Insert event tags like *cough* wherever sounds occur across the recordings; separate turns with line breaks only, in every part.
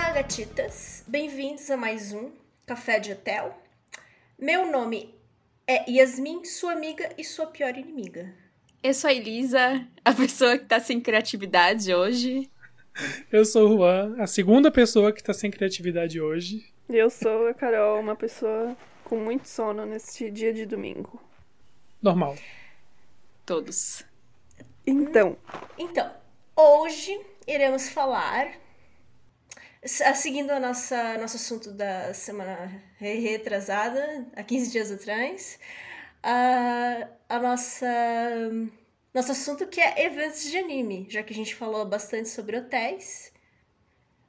Cafetitas, bem-vindos a mais um Café de Hotel. Meu nome é Yasmin, sua amiga e sua pior inimiga.
Eu sou a Elisa, a pessoa que tá sem criatividade hoje.
Eu sou o Juan, a segunda pessoa que tá sem criatividade hoje.
E Eu sou a Carol, uma pessoa com muito sono neste dia de domingo.
Normal.
Todos.
Então,
Então, hoje iremos falar, s- ah, seguindo a nossa, nosso assunto da semana re- retrasada, há 15 dias atrás, a, a nossa. Nosso assunto que é eventos de anime, já que a gente falou bastante sobre hotéis,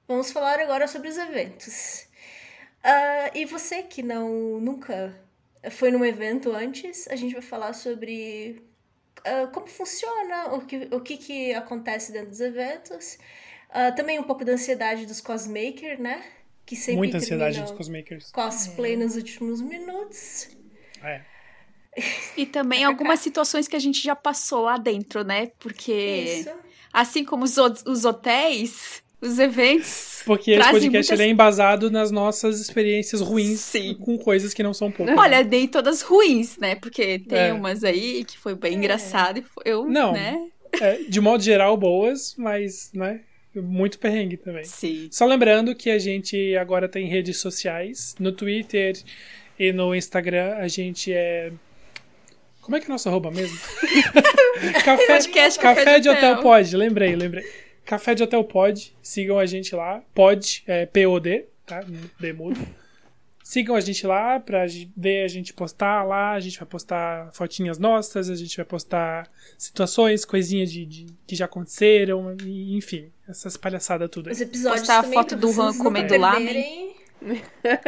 vamos falar agora sobre os eventos. Ah, e você que não nunca foi num evento antes, a gente vai falar sobre ah, como funciona, o que, o que, que acontece dentro dos eventos. Ah, também um pouco da ansiedade dos cosmakers, né? Que sempre
Muita ansiedade dos
terminam
cosmakers.
É.
cosplay nos últimos minutos.
É.
E também
*laughs*
algumas situações que a gente já passou lá dentro, né? Porque,
Isso.
assim como os, o- os hotéis, os eventos.
Porque esse
Trazem
podcast
muitas-
ele é embasado nas nossas experiências ruins
Sim.
com coisas que não são poucas.
Olha, dei todas ruins, né? Porque tem
É.
umas aí que foi bem
É.
engraçado e foi- eu,
Não.
né?
É, de modo geral, boas, mas, né? Muito perrengue também.
Sim.
Só lembrando que a gente agora tem redes sociais. No Twitter e no Instagram a gente é. Como é que é nosso arroba *laughs* mesmo? café,
Podcast
café de Hotel Pod, lembrei, lembrei. Café de Hotel Pod, sigam a gente lá. Pod, é P-O-D, tá? D mudo. Sigam a gente lá pra ge- ver a gente postar lá. A gente vai postar fotinhas nossas, a gente vai postar situações, coisinhas de, de- que já aconteceram, e, enfim, essas palhaçadas tudo aí.
Os episódios
Postar a
também,
foto
pra
do
vocês
Juan
nunca
comendo né? lamen.
perderem.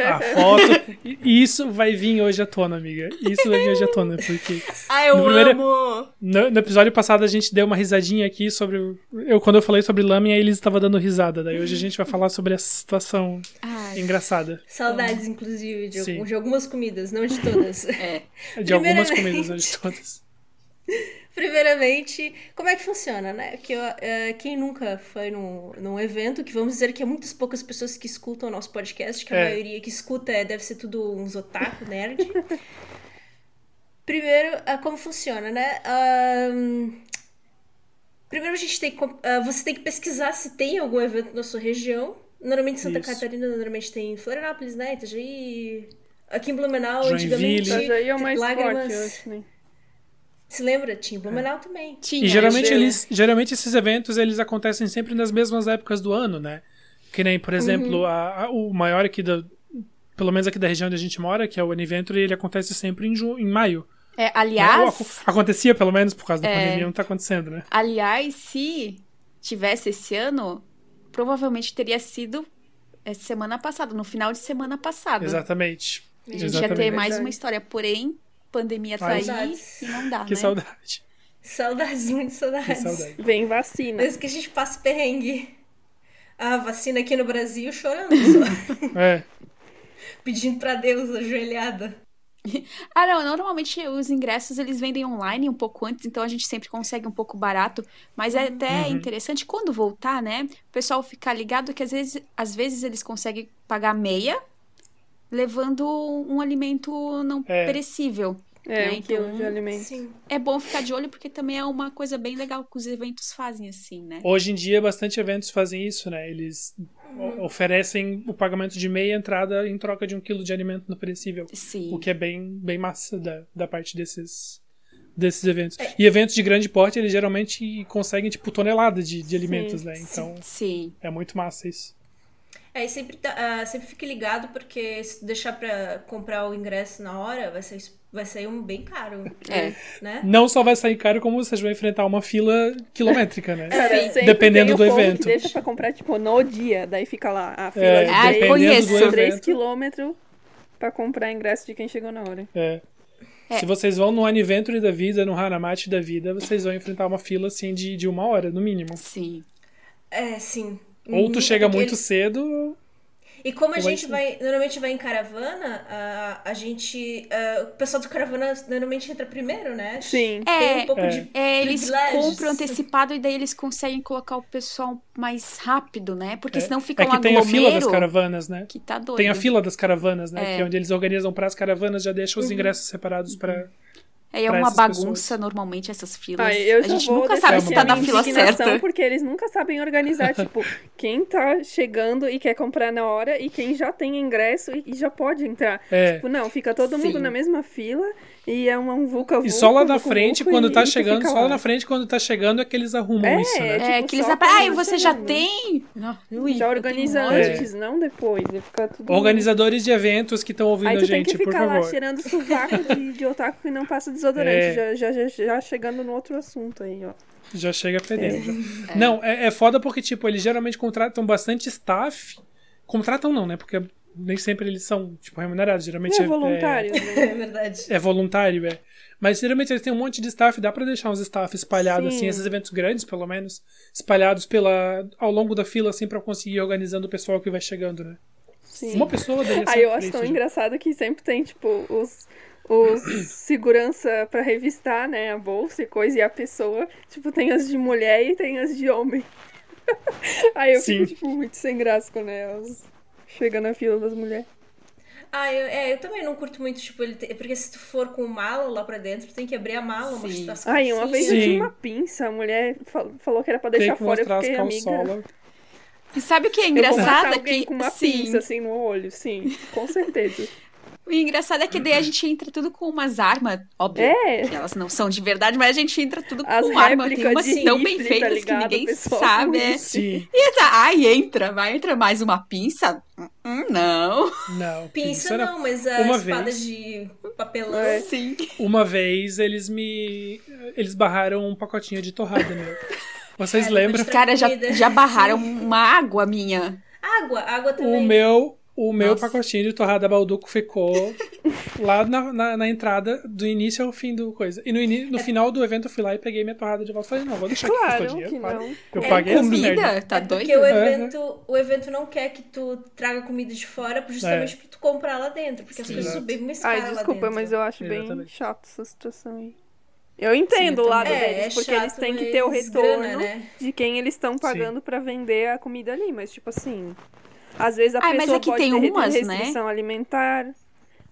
A foto. E Isso vai vir hoje à tona, amiga. Isso vai vir hoje à tona, porque.
Ah, eu
No primeiro-
amo!
No, no episódio passado a gente deu uma risadinha aqui sobre. o- Eu, quando eu falei sobre lâmina, a Elisa estava dando risada. Daí hoje a gente vai falar sobre essa situação
Ai,
engraçada
Saudades, inclusive, de, algum-
Sim.
de algumas comidas, não de todas.
é.
de algumas
Primeiramente-
comidas hoje todas.
Primeiramente, como é que funciona, né? Que, ó, é, quem nunca foi num, num evento, que vamos dizer que é muitas poucas pessoas que escutam o nosso podcast, que a
É.
maioria que escuta é, deve ser tudo uns otaku, nerd. *laughs* Primeiro, ah, como funciona, né? Ahn, primeiro a gente tem que, com- ah, você tem que pesquisar se tem algum evento na sua região. Normalmente Santa
Isso.
Catarina, normalmente tem em Florianópolis, né? Itajaí... Aqui em Blumenau,
Joinville.
antigamente...
Sim,
já é o mais
lágrimas.
forte, eu acho, né?
Se lembra? Tinha em
É.
Blumenau também.
Tinha,
E geralmente,
gente.
eles, geralmente esses eventos eles acontecem sempre nas mesmas épocas do ano, né? Que nem, por exemplo, a- a- o maior aqui da. Pelo menos aqui da região onde a gente mora, que é o Aniventure, ele acontece sempre em, ju- em maio.
É,
né? Ou
aliás.
aco- Acontecia, pelo menos, por causa
É.
da pandemia, não tá acontecendo, né?
Aliás, se tivesse esse ano, provavelmente teria sido é, semana passada, no final de semana passada.
Exatamente.
A gente ia ter
Exatamente.
mais
Verdade.
uma história, porém, pandemia tá aí
Saudades.
e não dá,
Que
né?
saudade.
Saudades, muito saudades.
*laughs*
Que saudade.
Vem vacina.
Mesmo que a gente passe perrengue. A vacina aqui no Brasil chorando, só, *laughs*
É.
pedindo pra Deus ajoelhada.
Ah, não, normalmente os ingressos eles vendem online um pouco antes, então a gente sempre consegue um pouco barato, mas é até
Uhum.
interessante quando voltar, né? O pessoal ficar ligado que às vezes, às vezes eles conseguem pagar meia levando um alimento não
É.
perecível.
É,
né,
um quilo
então-
de alimento.
Sim.
é bom ficar de olho porque também é uma coisa bem legal que os eventos fazem assim, né?
Hoje em dia, bastante eventos fazem isso, né? Eles o- oferecem o pagamento de meia entrada em troca de um quilo de alimento não perecível.
Sim.
O que é bem, bem massa da, da parte desses, desses eventos.
É.
E eventos de grande porte, eles geralmente conseguem, tipo, tonelada de, de alimentos, né? Então,
Sim.
é muito massa isso.
Aí sempre, tá- ah, sempre fique ligado, porque se deixar pra comprar o ingresso na hora, vai sair, vai sair um bem caro,
É.
né?
Não só vai sair caro, como vocês vão enfrentar uma fila quilométrica,
É.
né?
Cara,
Sim.
sempre
Dependendo
tem
do
o povo
evento.
Que deixa pra comprar, tipo, no dia. Daí fica lá a fila
É,
de
Ah,
dependendo
conheço.
do evento.
3 quilômetros pra comprar ingresso de quem chegou na hora.
É.
É.
Se vocês vão no Aniventure da vida, no Hanamate da vida, vocês vão enfrentar uma fila assim de, de uma hora, no mínimo.
Sim.
É, sim.
Ou tu
Hum,
chega
porque
muito
eles-
cedo,
E como a
Eu
gente
acho-
vai, normalmente vai em caravana, ah, a gente. ah, o pessoal do caravana normalmente entra primeiro, né?
Sim.
Tem um
É,
pouco
É.
de. *laughs*
é, eles
privilégios.
compram antecipado e daí eles conseguem colocar o pessoal mais rápido, né? Porque
É.
senão fica
É
um
que tem a fila das
aglomero
caravanas, né?
que tá doido.
Tem a fila das caravanas, né?
É.
Que é onde eles organizam para as caravanas, já deixam
Uhum.
os ingressos separados para
É
pra
uma
essas
bagunça
pessoas.
normalmente essas filas.
Ai, eu
É, a
já
gente
vou
nunca
deixar
sabe
aqui
se
a
tá na
minha
fila
indignação,
certa.
Porque tipo, eles nunca
*laughs*
sabem organizar, tipo, quem tá chegando e quer comprar na hora e quem já tem ingresso e, e já pode entrar.
É.
Tipo, não, fica todo mundo
Sim.
na mesma fila e é uma- um vulca
E só lá
vulca,
na
vulca
frente,
vulca
quando
e-
tá
e tu
chegando,
fica
só lá
lá.
na frente, quando tá chegando, é que eles arrumam
É,
isso, né?
É,
tipo,
que eles
só
apre... Ai,
quando
você já
chega, né?
tem? Não, ui,
Já
eu
organiza
tenho um ódio.
ódio.
antes, não depois. E fica tudo...
Organizadores de eventos que estão
Aí
ouvindo
tu
a
tem
gente,
que
por
ficar lá
favor.
cheirando sovaco
*laughs*
de, de otaku que não passa desodorante.
É.
Já, já, já, já chegando no outro assunto aí, ó.
Já chega fedendo. já. Não, é, é foda porque, tipo, eles geralmente contratam bastante staff. Contratam não, né? Porque nem sempre eles são, tipo, remunerados. Geralmente
Não é voluntário, né?
É verdade.
É voluntário, é. Mas geralmente eles têm um monte de staff, dá pra deixar uns staff espalhados,
Sim.
assim, esses eventos grandes, pelo menos, espalhados pela ao longo da fila, assim, pra conseguir ir organizando o pessoal que vai chegando, né?
Sim.
Uma pessoa daria
Aí
certo
eu
pra
acho
isso,
tão
gente.
engraçado que sempre tem, tipo, os,
*clears throat*
os segurança pra revistar, né? A bolsa e coisa, e a pessoa, tipo, tem as de mulher e tem as de homem. *laughs* Aí eu
Sim.
fico, tipo, muito sem graça quando elas chegam na fila das mulheres.
Ah, eu, é, eu também não curto muito, tipo, ele te- porque se tu for com mala lá pra dentro, tu tem que abrir a mala, mostrar as
Ai, uma vez eu
Sim.
tinha uma pinça, a mulher fal- falou que era pra
Tem
deixar
que
fora, eu
mostrar as
fiquei amiga.
calçolas.
*laughs*
E sabe o que é
Eu vou matar
engraçado?
alguém
Que,
com uma
sim,
pinça, assim, no olho, sim, com
*laughs*
certeza.
o engraçado é que daí a gente entra tudo com umas armas, óbvio.
É,
Que elas não são de verdade, mas a gente entra tudo
As
com arma. Tem
réplicas
umas
de
tão bem
rifle, tá
feitas
ligado,
que ninguém
pessoal?
sabe.
*laughs*
é.
Sim,
E tá, ai, entra, vai, entra mais uma pinça? Hum, hum, Não.
não.
Pinça
era-
não, mas a
uma
espada
vez.
de papelão.
*laughs*
É.
Sim.
Uma vez eles me. Eles barraram um pacotinho de torrada meu.
*laughs*
Vocês
É,
lembram?
mas
Cara, já,
comida.
já barraram uma água minha.
Água, água
O
também.
meu, o meu
Nossa.
pacotinho de torrada balduco ficou lá na, na, na entrada, do início ao fim do coisa. E no, ini- no final do evento eu fui lá e peguei minha torrada de volta. Falei, não, vou deixar aqui custou
claro
dinheiro.
que
claro.
não.
Eu
É,
paguei essa merda.
Comida? Tá
É
doido?
Porque o
Aham.
evento, o evento não quer que tu traga comida de fora
É.
justamente pra tu comprar lá dentro. Porque
Sim.
as coisas
Exato.
subem uma escala
Ai, desculpa,
lá dentro.
mas eu acho bem
Exatamente.
chato essa situação aí. Eu entendo
eu
o lado
também.
deles, porque
É, chato,
eles têm que ter o
mas
retorno
grana, né?
de quem eles estão pagando pra vender a comida ali, mas tipo assim, às vezes a
Ah, mas
pessoa
é que
pode
tem
ter re-
umas, né?
restrição alimentar.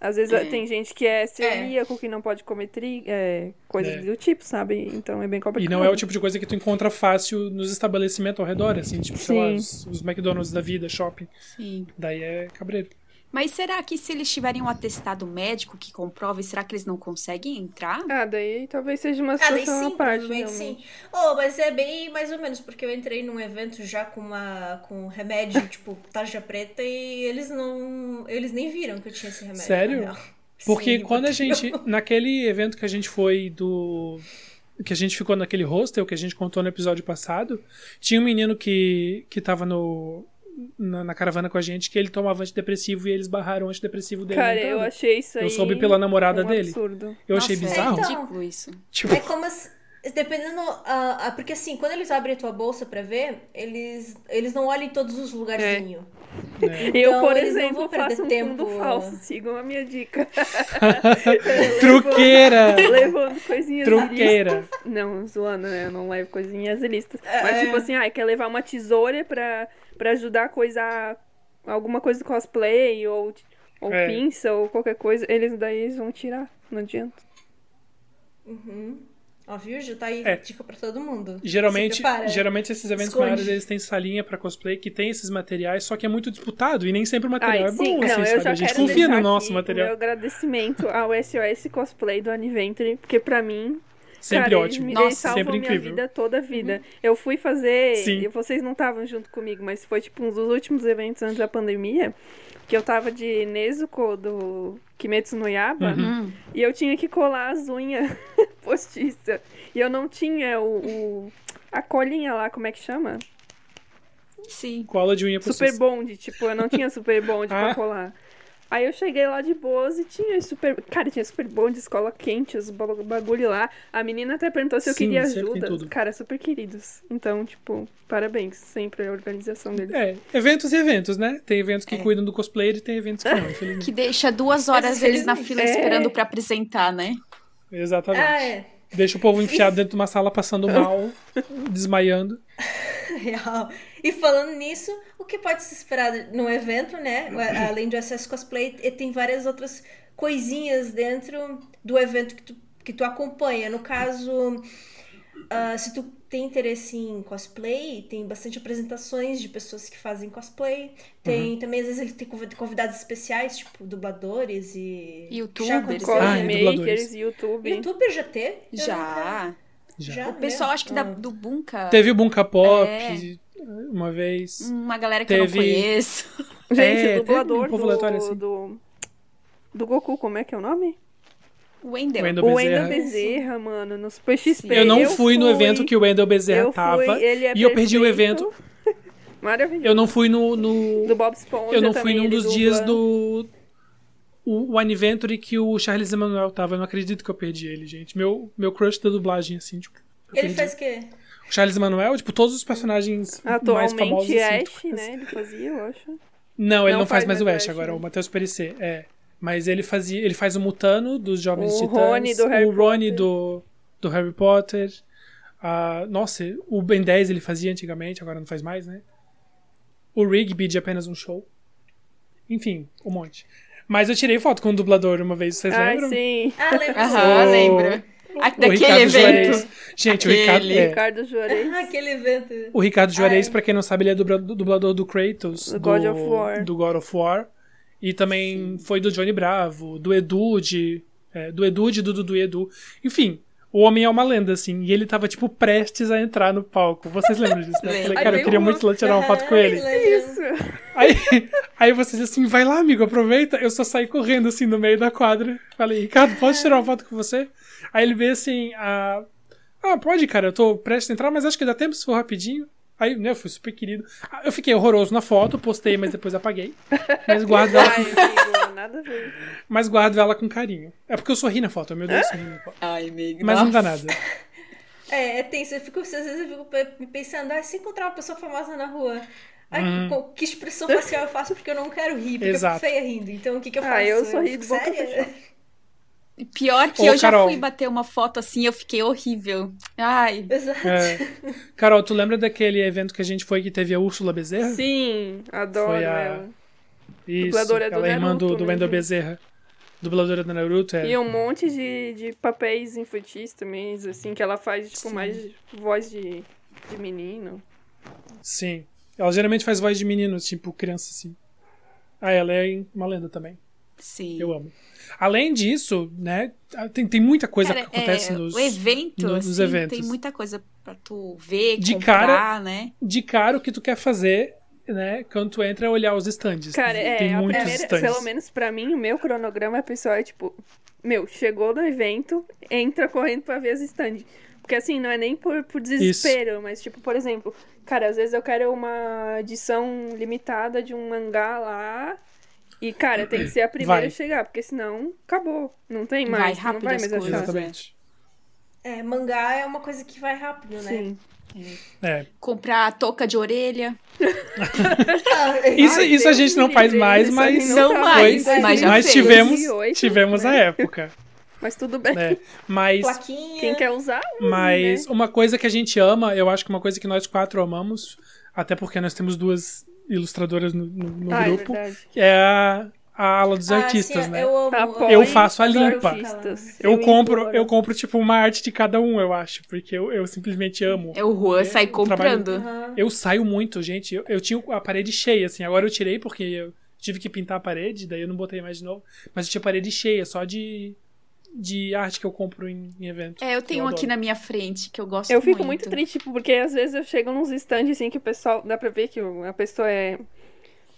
Às vezes
É.
tem gente que é celíaco, que não pode comer tri... é, coisas
É.
do tipo, sabe? Então é bem
E
complicado.
não é o tipo de coisa que tu encontra fácil nos estabelecimentos ao redor, assim, tipo, sei lá,
Sim.
os, os McDonald's da vida, shopping.
Sim.
Daí é cabreiro.
Mas será que se eles tiverem um atestado médico que comprove, será que eles não conseguem entrar?
Ah, daí talvez seja uma
Ah, daí
situação
sim,
à parte,
provavelmente
realmente.
sim. Oh, mas é bem mais ou menos, porque eu entrei num evento já com uma com um
*laughs*
remédio, tipo, tarja preta, e eles não. Eles nem viram que eu tinha esse remédio.
Sério?
na real.
Porque
Sim,
quando a
porque
gente.
eu-
Naquele evento que a gente foi do. Que a gente ficou naquele hostel que a gente contou no episódio passado, tinha um menino que, que tava no. Na, na caravana com a gente, que ele tomava antidepressivo e eles barraram o antidepressivo dele. na
Cara, eu
entrada.
achei isso aí
Eu soube pela namorada
um
dele.
absurdo.
Eu achei
Nossa,
bizarro.
É
Então.
ridículo isso.
Tipo,
É como se, dependendo, ah, ah, porque assim, quando eles abrem a tua bolsa pra ver, eles, eles não olham em todos os lugarzinhos.
né?
Eu,
Então,
por
eles não
exemplo,
vão perder
faço um
tempo,
fundo
né?
falso. Sigam a minha dica. *laughs*
Truqueira!
Levando coisinhas ilícitas.
Truqueira!
Não, zoando, né? Eu não levo coisinhas ilícitas.
É.
Mas, tipo assim, ai, quer levar uma tesoura pra, pra ajudar a coisa. Alguma coisa do cosplay, ou, ou
É.
pinça, ou qualquer coisa. Eles daí eles vão tirar. Não adianta.
Uhum. Ó, viu? Já tá aí
É.
dica pra todo mundo. Se
Geralmente,
prepara.
geralmente esses eventos
Esconde.
maiores eles têm salinha pra cosplay que tem esses materiais, só que é muito disputado e nem sempre o material
Ai,
é bom,
sim,
assim,
não,
sabe?
eu já
A gente
quero
confia no
deixar
nosso
aqui
material.
O meu agradecimento ao SOS Cosplay do Aniventure, porque pra mim
Sempre
Cara,
ótimo.
Eles, me-
Nossa,
eles salvam
sempre
minha
incrível. Uhum.
vida toda a vida. Eu fui fazer.
Sim.
e Vocês não estavam junto comigo, mas foi tipo um dos últimos eventos antes da pandemia. Que eu tava de Nezuko do Kimetsu no Yaba.
Uhum.
Hum.
E eu tinha que colar as unhas *laughs* postiça. E eu não tinha o, o- a colinha lá, como é que chama?
Sim.
Cola de unha postiça.
Super bonde. Tipo, eu não tipo, tinha super bonde
Ah.
pra colar. Aí eu cheguei lá de boas e tinha super. Cara, tinha super bom de escola quente, os ba- bagulho lá. A menina até perguntou se eu
Sim,
queria
sempre tem
ajuda.
tudo.
Cara, super queridos. Então, tipo, parabéns sempre a organização deles.
É, eventos e eventos, né? Tem eventos que
É.
cuidam do cosplayer e tem eventos que não, infelizmente.
*laughs*
Que deixa duas horas
Mas,
eles na
felizmente,
fila
é.
esperando pra apresentar, né?
Exatamente.
Ah, é.
Deixa o povo enfiado dentro de uma sala passando
*laughs*
mal, desmaiando.
Real. E falando nisso, o que pode se esperar num evento, né? A- Além do acesso cosplay, e tem várias outras coisinhas dentro do evento que tu, que tu acompanha. No caso, ah, se tu tem interesse em cosplay, tem bastante apresentações de pessoas que fazem cosplay.
Uhum.
Tem também, às vezes, ele tem convid- convidados especiais, tipo dubladores e.
Youtubers,
Já aconteceu,
Ah, e
né?
dubladores.
Cosmakers, YouTube.
Youtuber já teve? Eu nunca-
Já.
Já.
Já.
O pessoal,
né?
acho que da-
Ah.
do Bunka,
Teve o Bunka Pop
É.
uma vez.
uma galera que eu não
Teve-
conheço.
Hum, Gente,
É,
o
teve um
dublador
povo
do,
aleatório assim.
do. Do Goku, como é que é o nome?
Wendel.
Wendel
O
Bezerra.
Enda Bezerra, mano, no Super XP.
Eu não fui no evento que o Wendel Bezerra
eu
tava.
fui, ele é
e eu perdi o
perfeito.
evento.
*laughs* Maravilhoso.
Eu não fui no. no-
Do Bob Esponja
eu não fui
também,
num
ele
dos
dubla.
dias do. O, o Anniventory que o Charles Emanuel tava. Eu não acredito que eu perdi ele, gente. Meu, meu crush da dublagem, assim, tipo. eu
Ele
perdi.
fez o quê?
O Charles Emanuel, tipo, todos os personagens mais famosos.
Atualmente
assim,
Ash,
tu conhece.
né? Ele fazia, eu acho.
Não, ele não,
Não
faz,
faz
mais o
mais
Ash
o Ash,
agora,
né?
o Matheus Perecer. É. Mas ele fazia. Ele faz o Mutano dos Jovens
O
Titãs.
Rony do Harry
o Rony
Potter.
do, do Harry Potter. Ah, nossa, o Ben 10 ele fazia antigamente, agora não faz mais, né? O Rigby de apenas um show. Enfim, um monte. Mas eu tirei foto com o dublador uma vez, vocês
Ai,
lembram?
sim.
Ah, lembro.
Aham,
O-
lembra? Ah,
O Ricardo
Daquele evento.
Juarez. Gente, o
Aquele.
Ricardo. é.
Ricardo Juarez.
Ah, *laughs* aquele evento.
O Ricardo Juarez,
Ah, é.
pra quem não sabe, ele é dubra- dublador do Kratos,
Do God of War.
do God of War. E também foi do Johnny Bravo, do Edu, de, é, do Edu, de Dudu do Edu. Enfim, o homem é uma lenda, assim. E ele tava, tipo, prestes a entrar no palco. Vocês lembram disso, né? Eu falei,
Lembro.
cara, eu queria muito lá tirar uma
*laughs*
foto com
Ai,
ele.
lembro.
Aí, aí vocês assim, vai lá, amigo, aproveita. Eu só saí correndo assim no meio da quadra. Falei, Ricardo, posso tirar uma foto com você? Aí ele veio assim, ah, ah, pode, cara, eu tô prestes a entrar, mas acho que dá tempo se for rapidinho. Aí, né, eu fui super querido. Ah, Eu fiquei horroroso na foto, postei, mas depois apaguei. Mas guardo ela,
Ai, amigo, nada a ver.
mas guardo ela com carinho. É porque eu sorri na foto, meu Deus, eu sorri na foto.
Ai, amigo.
Mas não dá
nossa.
nada.
É, é tenso. Eu fico, às vezes eu fico pe- pensando, ah, se encontrar uma pessoa famosa na rua, ai, co- que, expressão facial eu faço porque eu não quero rir, porque
Hum. Exato.
eu fico feia rindo. Então o que, que eu
Ah,
faço?
eu sorri de
fico
boca
séria?
fechada.
Pior que
Ô,
eu já
Carol.
fui bater uma foto assim, eu fiquei horrível. Ai.
*laughs* Exato.
É. Carol, tu lembra daquele evento que a gente foi que teve a Úrsula Bezerra?
Sim, adoro
É. Foi a-
ela.
Isso,
Dubladora do
ela é irmã do,
Naruto,
do
né,
Wendel
gente?
Bezerra. Dubladora do Naruto, é.
E um monte de, de papéis infantis também, assim, que ela faz, tipo,
Sim.
mais de- voz de, de menino.
Sim. Ela geralmente faz voz de menino, tipo criança, assim. Ah, ela é uma lenda também.
Sim.
Eu amo. Além disso, né, tem, tem muita coisa
Cara,
que acontece
é,
nos...
o evento,
no- nos
assim,
eventos.
tem muita coisa pra tu ver,
De
comprar,
cara-
né?
De cara, o que tu quer fazer, né, quando tu entra é olhar os estandes.
Cara, é,
tem
a
muitos
primeira,
estandes.
pelo menos pra mim, o meu cronograma pessoal é tipo, meu, chegou no evento, entra correndo pra ver as stand. Porque assim, não é nem por, por desespero, mas tipo, por exemplo, cara, às vezes eu quero uma edição limitada de um mangá lá. E, cara, tem que ser a primeira
Vai.
a chegar, porque senão acabou. Não tem mais.
Vai
tu
rápido
não vai
as
mais
coisas.
achar.
Exatamente.
É, mangá é uma coisa que vai rápido, né?
Sim.
É.
Comprar touca de orelha.
*laughs*
Ah,
Isso,
Ai,
isso a
Deus
gente
me
não faz
livre,
mais,
isso
mas...
aí
Não
tá
mais,
mais,
mas já
mas
fez.
tivemos,
2008,
tivemos a
né?
época,
Mas tudo bem.
né? Mas
Plaquinha.
Quem quer usar, use,
Mas
né?
uma coisa que a gente ama, eu acho que uma coisa que nós quatro amamos, até porque nós temos duas ilustradoras no, no- no
Ah, é
grupo,
verdade.
é, a, a ala dos
Ah,
artistas,
sim,
né?
Eu amo.
Apoio
Eu faço a
os
limpa.
Tá artistas.
Eu compro,
imploro.
eu compro, tipo, uma arte de cada um, eu acho, porque eu, eu simplesmente amo.
É o Juan sai
trabalho-
comprando.
Aham.
Eu saio muito, gente. Eu, eu tinha a parede cheia, assim. Agora eu tirei porque eu tive que pintar a parede, daí eu não botei mais de novo. Mas eu tinha a parede cheia, só de, de arte que eu compro em, em evento.
É, eu tenho um aqui
adoro.
na minha frente que eu gosto
Eu
muito.
fico muito triste, tipo, porque às vezes eu chego nos stands assim que o pessoal. Dá pra ver que o- a pessoa é.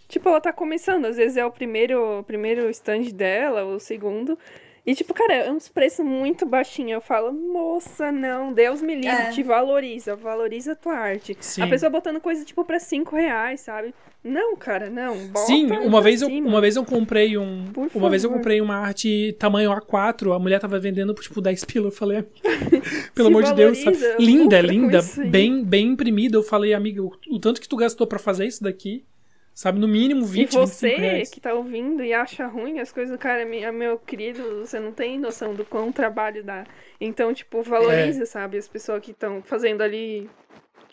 Tipo, ela tá começando. Às vezes é o primeiro, o primeiro stand dela, o segundo. E, tipo, cara, é uns preços muito baixinhos. Eu falo, moça, não, Deus me livre,
É.
te valoriza, valoriza a tua arte.
Sim.
A pessoa botando coisa, tipo, pra 5 reais, sabe? Não, cara, não. Bota
Sim, uma
pra
vez, eu,
cima.
uma vez eu comprei um.
Por
uma vez eu
favor.
comprei uma arte tamanho A4, a mulher tava vendendo por tipo 10 pila. Eu falei,
*laughs*
amiga, pelo
Se
amor de Deus, sabe?
valoriza,
Linda,
lucra com
linda,
isso aí.
bem, bem imprimida. Eu falei, amiga, o, o tanto que tu gastou pra fazer isso daqui, sabe? No mínimo 20
e
25
você
reais.
que tá ouvindo e acha ruim as coisas, cara, me- meu querido, você não tem noção do quão trabalho dá. Então, tipo,
É.
valoriza, sabe, as pessoas que estão fazendo ali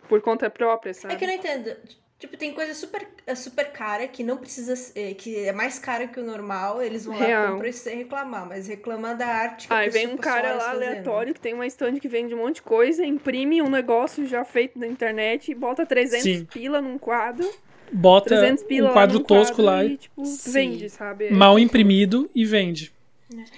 por conta própria, sabe?
É que eu não entendo. Tipo, tem coisa super, é super cara que não precisa. ser- Que é mais cara que o normal. Eles vão lá,
Real.
compram e sem reclamar. Mas reclama da arte que a
Aí
pessoa
vem um
passou
cara
horas
lá
fazendo.
aleatório que tem uma stand que vende um monte de coisa, imprime um negócio já feito na internet e bota 300
Sim.
pila num quadro,
Bota
300 pila
um
lá
quadro
num
tosco lá,
quadro e tipo,
Sim.
vende, sabe?
mal imprimido e vende.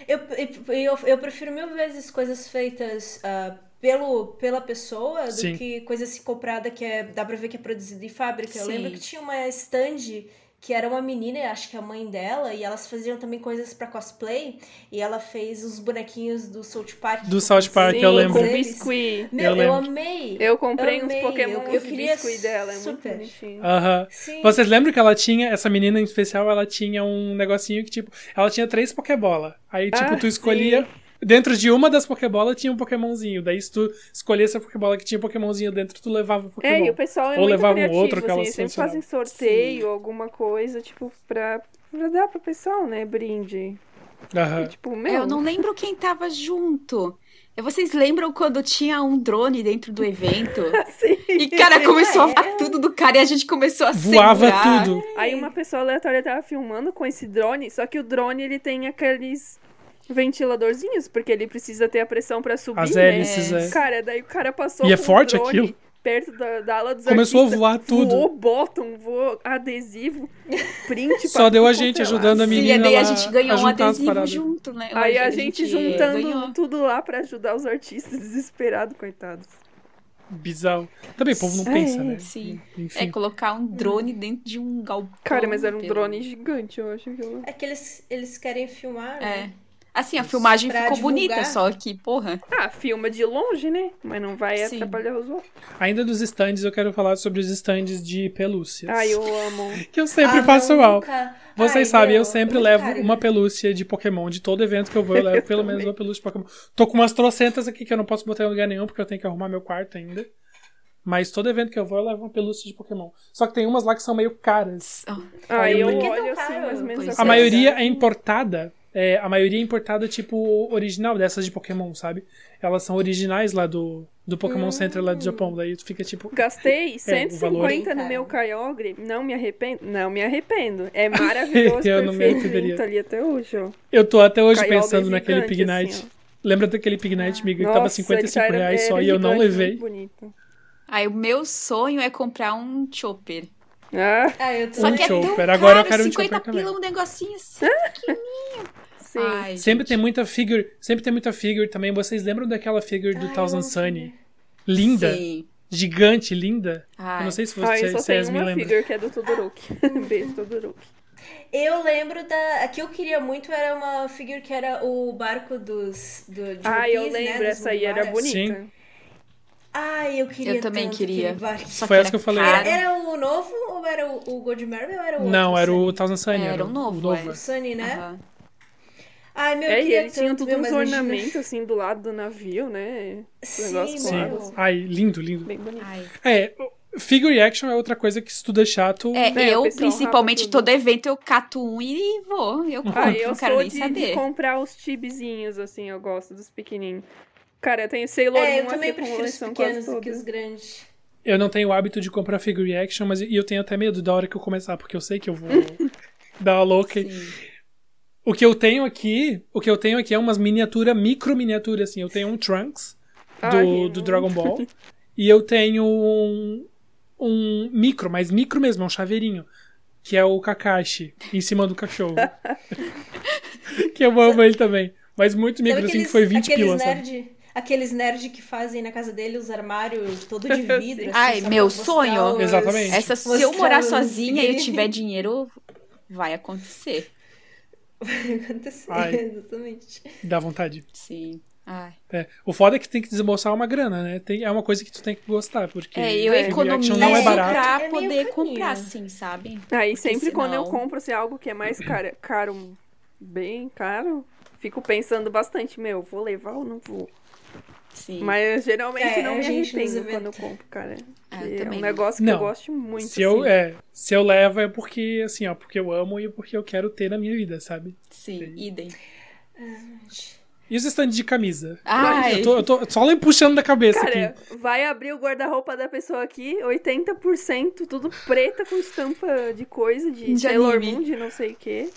Eu, eu, eu, eu prefiro mil vezes coisas feitas ah, pelo, pela pessoa do
Sim.
que coisa assim comprada que é, dá pra ver que é produzida em fábrica. Eu
Sim.
lembro que tinha uma stand que era uma menina, eu acho que é a mãe dela, e elas faziam também coisas pra cosplay. E ela fez os bonequinhos do South Park.
Do
com
South Park,
Sim,
eu
todos
lembro.
com
eles.
um biscuit.
Meu,
Eu
Né, eu,
lembro.
amei.
Eu comprei
Amei,
uns Pokémon
eu- eu
de
queria
biscuit dela, é
super.
muito bonitinho.
Aham.
Sim.
Vocês lembram que ela tinha, essa menina em especial, ela tinha um negocinho que, tipo, ela tinha três Pokébola. Aí, tipo,
Ah,
tu escolhia. Dentro de uma das Pokébolas tinha um Pokémonzinho. Daí, se tu escolhesse a Pokébola que tinha um Pokémonzinho dentro, tu levava o
É,
Pokémon.
e o pessoal é
Ou
muito
levava um
criativo,
outro que
assim,
elas
eles sempre
funcionavam.
fazem sorteio, alguma coisa, tipo, pra, pra dar pro pessoal, né, brinde.
Aham.
E, tipo,
É,
meu,
Eu não lembro quem tava junto. É, Vocês lembram quando tinha um drone dentro do evento?
*laughs* assim.
E,
*laughs*
cara, começou a
É.
voar tudo do cara e a gente começou a
Voava
ah,
segurar.
tudo.
Aí uma pessoa aleatória tava filmando com esse drone, só que o drone, ele tem aqueles ventiladorzinhos, porque ele precisa ter a pressão pra subir,
As
né?
hélices, é.
Cara, daí o cara passou
E é
com o
forte
drone
aquilo?
perto da, da ala dos
Começou a
artistas,
voar tudo.
Voou bottom, voou adesivo, print.
Só
pra
deu
tudo
a
quanto
gente
é lado.
ajudando a
Sim,
menina
e daí a
lá
gente
a
ganhou um
juntar as
adesivo
paradas.
junto, né?
Aí a gente juntando
ganhou.
tudo lá pra ajudar os artistas desesperados, coitados.
Bizarro. Também o povo não
É,
pensa, né?
sim. É,
Enfim.
colocar um drone dentro de um galpão.
Cara, mas era um
pelo-
drone gigante, eu acho. Que eu...
É que eles, eles querem filmar,
É.
né?
Assim, a filmagem
Pra
ficou bonita,
divulgar.
só que, porra.
Ah, filma de longe, né? Mas não vai
Sim.
atrapalhar os outros.
Ainda dos stands, eu quero falar sobre os stands de pelúcias.
Ai, eu amo.
Que eu sempre
Ah,
passo
não,
mal.
nunca. Ai,
Vocês sabem,
meu,
eu sempre
é muito
levo
caro.
uma pelúcia de Pokémon. De todo evento que eu
*laughs*
vou, eu levo pelo menos uma pelúcia de Pokémon. Tô com umas trocentas aqui que eu não posso botar em lugar nenhum, porque eu tenho que arrumar meu quarto ainda. Mas todo evento que eu vou, eu levo uma pelúcia de Pokémon. Só que tem umas lá que são meio caras.
Ai, Ah, eu
Por que tão
olho assim,
caro?
mais ou menos.
Pois
essa
A
é.
maioria
cara.
é importada. é, a maioria é importada, tipo, original dessas de Pokémon, sabe? Elas são originais lá do, do Pokémon Center
Hum.
lá do Japão. Daí tu fica tipo.
Gastei
valor.
150 no
Cara.
meu Kyogre, não me arrependo. Não me arrependo. É maravilhoso,
*laughs* Eu não me
perfeito,
arrependeria.
ali até hoje, ó.
Eu tô até hoje
Kyogre
pensando naquele
gigante,
Pignite.
assim,
Lembra daquele Pignite, amigo, que
Nossa,
tava 55
ele era-
reais só
era
e eu não
gigante, né?
levei?
muito bonito.
Aí o meu sonho é comprar um chopper.
Ah,
Ah, eu tô
Só
Um
que é tão
chopper.
caro,
Agora eu quero um
50
chopper
pila
também.
um negocinho assim.
sim.
Ai,
Sempre
gente.
tem muita figure, sempre tem muita figure também. Vocês lembram daquela figure do
Ai,
Thousand
eu
Sunny? Linda,
Sim.
gigante, linda.
Ai.
Eu não sei se
Ah, eu
vocês,
só
vocês
tenho
me
uma
lembram.
figure que é do Todoroki. *laughs* Beijo, Todoroki.
Eu lembro da. A que eu queria muito era uma figura que era o barco dos. Do, de
Ah, eu
One Piece, né,
lembro,
dos
essa aí era
Mugiwaras.
bonita.
Sim.
Ai, eu queria.
Eu também
tanto
queria.
aquele barco.
Só
Foi
que
essa que eu falei.
caro.
Era o novo ou era o, o Gold Mary ou era o
Não,
outro,
era o
Sunny?
Thousand Sunny.
Era um novo, é.
O Sunny, né?
Aham.
Ai, meu, eu
É, e
queria
ele tinha
tanto,
tudo
meu,
uns
mas imagina.
ornamentos, assim, do lado do navio, né?
Sim,
negócio
Sim.
meu.
claro.
Ai, lindo, lindo.
*laughs*
Bem bonito.
Ai.
É, figure action é outra coisa que se tu deixar, tu...
É,
Né, o
eu,
pessoal
principalmente,
rapa tudo.
todo evento eu cato um e vou. Eu compro,
Ah, eu
não
sou
quero nem
de,
saber.
de comprar os tibizinhos, assim, eu gosto dos pequenininhos. Cara, eu tenho Sailor
É,
Moon
eu também
aqui com
prefiro os
coleção quase
pequenos do que
toda.
os grandes.
Eu não tenho o hábito de comprar figure action, mas e eu tenho até medo da hora que eu começar, porque eu sei que
*laughs*
eu vou dar uma louca. e-
Sim.
O que eu tenho aqui, o que eu tenho aqui é umas miniatura, micro miniatura assim. Eu tenho um Trunks do,
Ai, eu
do
amo.
Dragon Ball e eu tenho um, um micro, mas micro mesmo, é um chaveirinho, que é o Kakashi em cima do cachorro. que eu amo ele também, mas muito micro
Sabe
assim que foi 20
aqueles né?
pila, sabe?
nerd, Aqueles nerd que fazem na casa dele os armários
*laughs*
todo de vidro.
Sim.
assim,
Ai,
só
meu
pra mostrar
sonho.
os-
Exatamente.
Essa, se eu
Mostrando
morar
os
sozinha e eu
figurinos.
tiver dinheiro, vai acontecer.
Vai acontecer, *laughs*
Ai.
exatamente.
Dá vontade.
Sim. Ai.
É. O foda é que tem que desembolsar uma grana, né? Tem, é uma coisa que tu tem que gostar, porque
É, eu
é,
action
economizo
não é barato.
pra
É meio
poder
caminho.
comprar, sim, sabe?
Aí
Porque
sempre quando eu
senão-
compro assim, algo que é mais cara, caro, bem caro, fico pensando bastante, meu, vou levar ou não vou?
Sim.
Mas geralmente
É, a
não me
gente nos
arrependo quando eu
eventos.
compro, cara.
Ah, eu
Que é um
também não.
negócio que eu
Não.
gosto muito.
se eu,
assim.
é, se eu levo é porque, assim, ó, porque eu amo e porque eu quero ter na minha vida, sabe?
Sim, idem.
E os stand de camisa?
Ai,
Eu tô, eu tô só puxando da cabeça
Cara,
aqui.
vai abrir o guarda-roupa da pessoa aqui, 80% tudo preta com estampa de coisa, de
De
Sailor
anime.
Moon, de não sei o quê.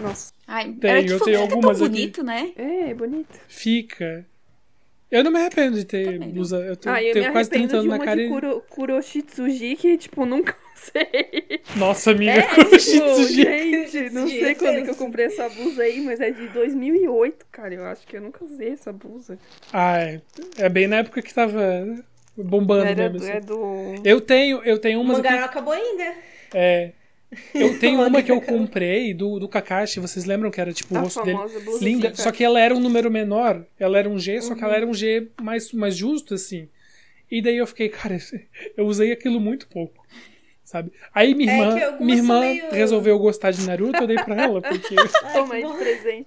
Nossa,
ai,
Tem,
era que
eu
foi
tenho
fica tão
algumas aqui.
bonito, né?
é, é bonito.
Fica. Eu não me arrependo de ter
Também não.
blusa. Eu tenho,
Ah, eu
tenho
me
quase
arrependo
30 anos
de
na
uma
cara.
de
e-
Kuro, Kuroshitsuji que, tipo, nunca *laughs* usei.
Nossa, amiga,
É,
*laughs* como
tipo,
Shitsuji.
gente, não
Kuroshitsuji,
sei
é
quando que eu
tenso.
comprei essa blusa aí, mas é de 2008, cara. Eu acho que eu nunca usei essa blusa.
Ah, é. é bem na época que tava bombando
Era
mesmo.
do,
assim.
é do...
Eu tenho, eu tenho
O
umas.
mangá
aqui-
não acabou ainda.
é,
*laughs*
eu tenho
O
uma
mangá
que eu
acabou.
comprei do, do Kakashi, vocês lembram que era tipo o
A
rosto dele?
famosa blusa
Linda,
do
só que ela era um número menor, ela era um G, só
Uhum.
que ela era um G mais, mais justo, assim. E daí eu fiquei, cara, eu usei aquilo muito pouco, sabe? Aí minha
É
irmã,
que algumas
minha irmã
são meio-
resolveu gostar de Naruto, eu dei pra
*laughs*
ela, porque...
Ai,
Toma
que
aí de
bom.
presente.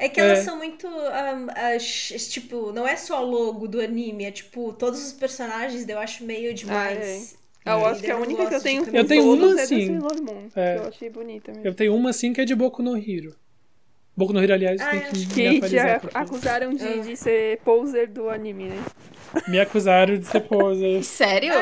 É que elas são muito. ah, ahm, as- tipo, não é só logo do anime, é tipo, todos os personagens daí eu acho meio demais.
Ah, eu
E
acho
daí
que a
não
única que eu
gosto de
tenho
camisa.
Eu tenho
todos
uma,
é
sim.
do Sailor Moon,
É.
que eu achei bonita mesmo.
Eu tenho uma assim que é de Boku no Hero. Boku no Hero, aliás,
Ah,
tem
eu
que
acho
me
Que já
atualizar. porque
acusaram de,
Ah.
de ser poser do anime, né?
Me acusaram de ser
*laughs*
poser.
Sério?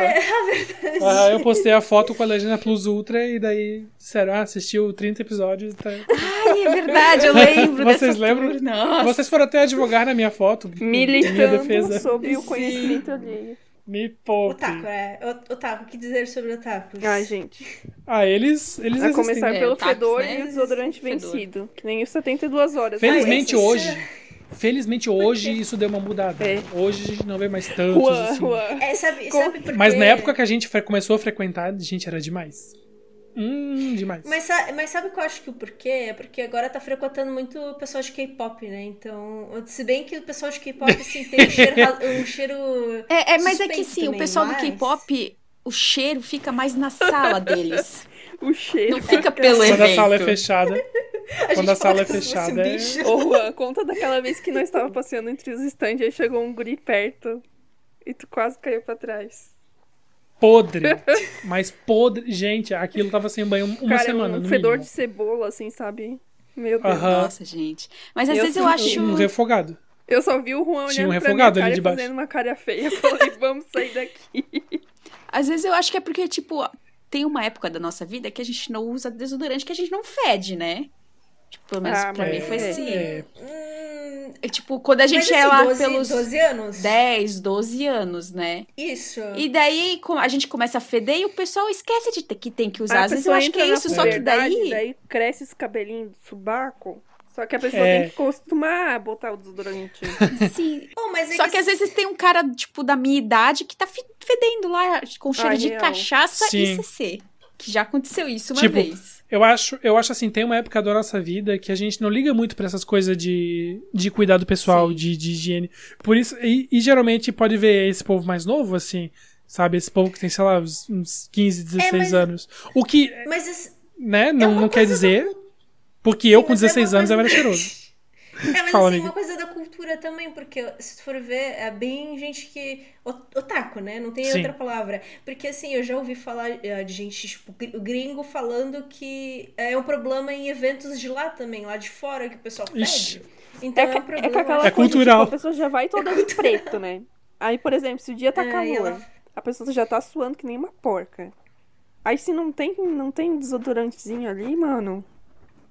Ah, eu postei a foto com a legenda Plus Ultra e daí disseram, ah, assistiu 30 episódios. Tá...
Ai, é
*laughs*
verdade, eu lembro
Vocês
dessa
lembram?
tour, Nossa.
Vocês foram até advogar na minha foto. em Minha
Militando
defesa.
sobre o
Sim.
conhecimento alheio.
Me poupe.
Otaku, é. O- Otaku, o que dizer sobre otakus?
Ai, gente.
Ah, eles, eles
A
existem.
começar
né?
pelo
Táxi,
fedor
né?
e o desodorante
Fedor.
vencido. Que nem os 72 horas.
Felizmente
Ah, esses-
hoje, felizmente hoje isso deu uma mudada.
É.
Hoje a gente não vê mais
Ah,
tantos
Juan,
assim.
Juan. É.
É, sabe,
Com-
sabe por
Mas
quê?
na época que a gente fre- começou a frequentar, gente, era demais. Hum, demais.
Mas, sa- mas sabe que eu acho que o porquê? É porque agora tá frequentando muito o pessoal de K-pop, né? Então, se bem que o pessoal de K-pop assim,
*laughs*
tem um cheiro, ra- um cheiro.
É, é, mas é
Suspeito
que sim, o
também,
pessoal
mas-
do K-pop, o cheiro fica mais na sala deles.
O cheiro.
Não fica pelo
Quando a sala é
evento.
fechada,
A
Quando a
gente fala
sala é
como se fosse
fechada, é-
bicho.
Ô, Juan, conta daquela vez que nós estava passeando entre os estandes aí chegou um guri perto e tu quase caiu pra trás.
podre. Mas podre. Gente, aquilo tava sem banho uma
Cara,
semana.
um
no
fedor de
mínimo. Ah,
cebola, assim, sabe? Meu Deus.
Aham.
Nossa, gente. Mas às
Eu
vezes eu
sinto
acho.
Um refogado.
Eu só vi o Juan
Tinha
olhando
um
pra minha
refogado ali
cara e
debaixo.
fazendo uma cara feia. *laughs* Eu falei, vamos sair daqui.
Às vezes eu acho que é porque, tipo, tem uma época da nossa vida que a gente não usa desodorante, que a gente não fede, né? Tipo, pelo menos
Ah,
pra
mas
mim foi
é.
assim.
É,
Hum,
É, tipo, quando a gente
mas,
é
assim,
lá
12,
pelos
12 anos?
10, 12 anos, né?
Isso.
E daí com- a gente começa a feder e o pessoal esquece de ter- que tem que usar.
A
Às vezes eu
pessoa
acho que
Ah, entra
é
na
isso, só que
puberdade,
daí.
Daí cresce os cabelinhos do subaco. Só que a pessoa
É.
tem que acostumar a botar o desodorante. *laughs*
*laughs* Sim.
Bom, mas é
Só que às vezes tem um cara, tipo, da minha idade que tá fe- fedendo lá com cheiro
Ai,
de
real.
cachaça
Sim.
e CC. Que já aconteceu isso uma
Tipo,
vez.
Eu acho, eu acho assim, tem uma época da nossa vida que a gente não liga muito pra essas coisas de, de cuidado pessoal,
Sim.
de, de higiene. Por isso, e, e geralmente pode ver esse povo mais novo, assim, sabe? Esse povo que tem, sei lá, uns, uns 15, 16
mas-
anos. O que,
Mas esse-
né, não,
uma
não quer
coisa
dizer. Porque eu com
mas é uma
16 anos eu
coisa-
era cheiroso.
*laughs* É, mas
Fala,
assim,
amiga.
uma coisa da cultura também, porque se tu for ver, é bem gente que. o- Otaku, né? Não tem
Sim.
outra palavra. Porque assim, eu já ouvi falar eh, de gente, tipo, gr- gringo falando que é um problema em eventos de lá também, lá de fora, que o pessoal
Ixi.
pede. Então é, um
com-
problema.
com aquela
É
coisa,
cultural.
tipo, a pessoa já vai toda de preto, né? Aí, por exemplo, se o dia tá
É,
calor,
e ela-
a pessoa já tá suando que nem uma porca. Aí se não tem, não tem um desodorantezinho ali, mano,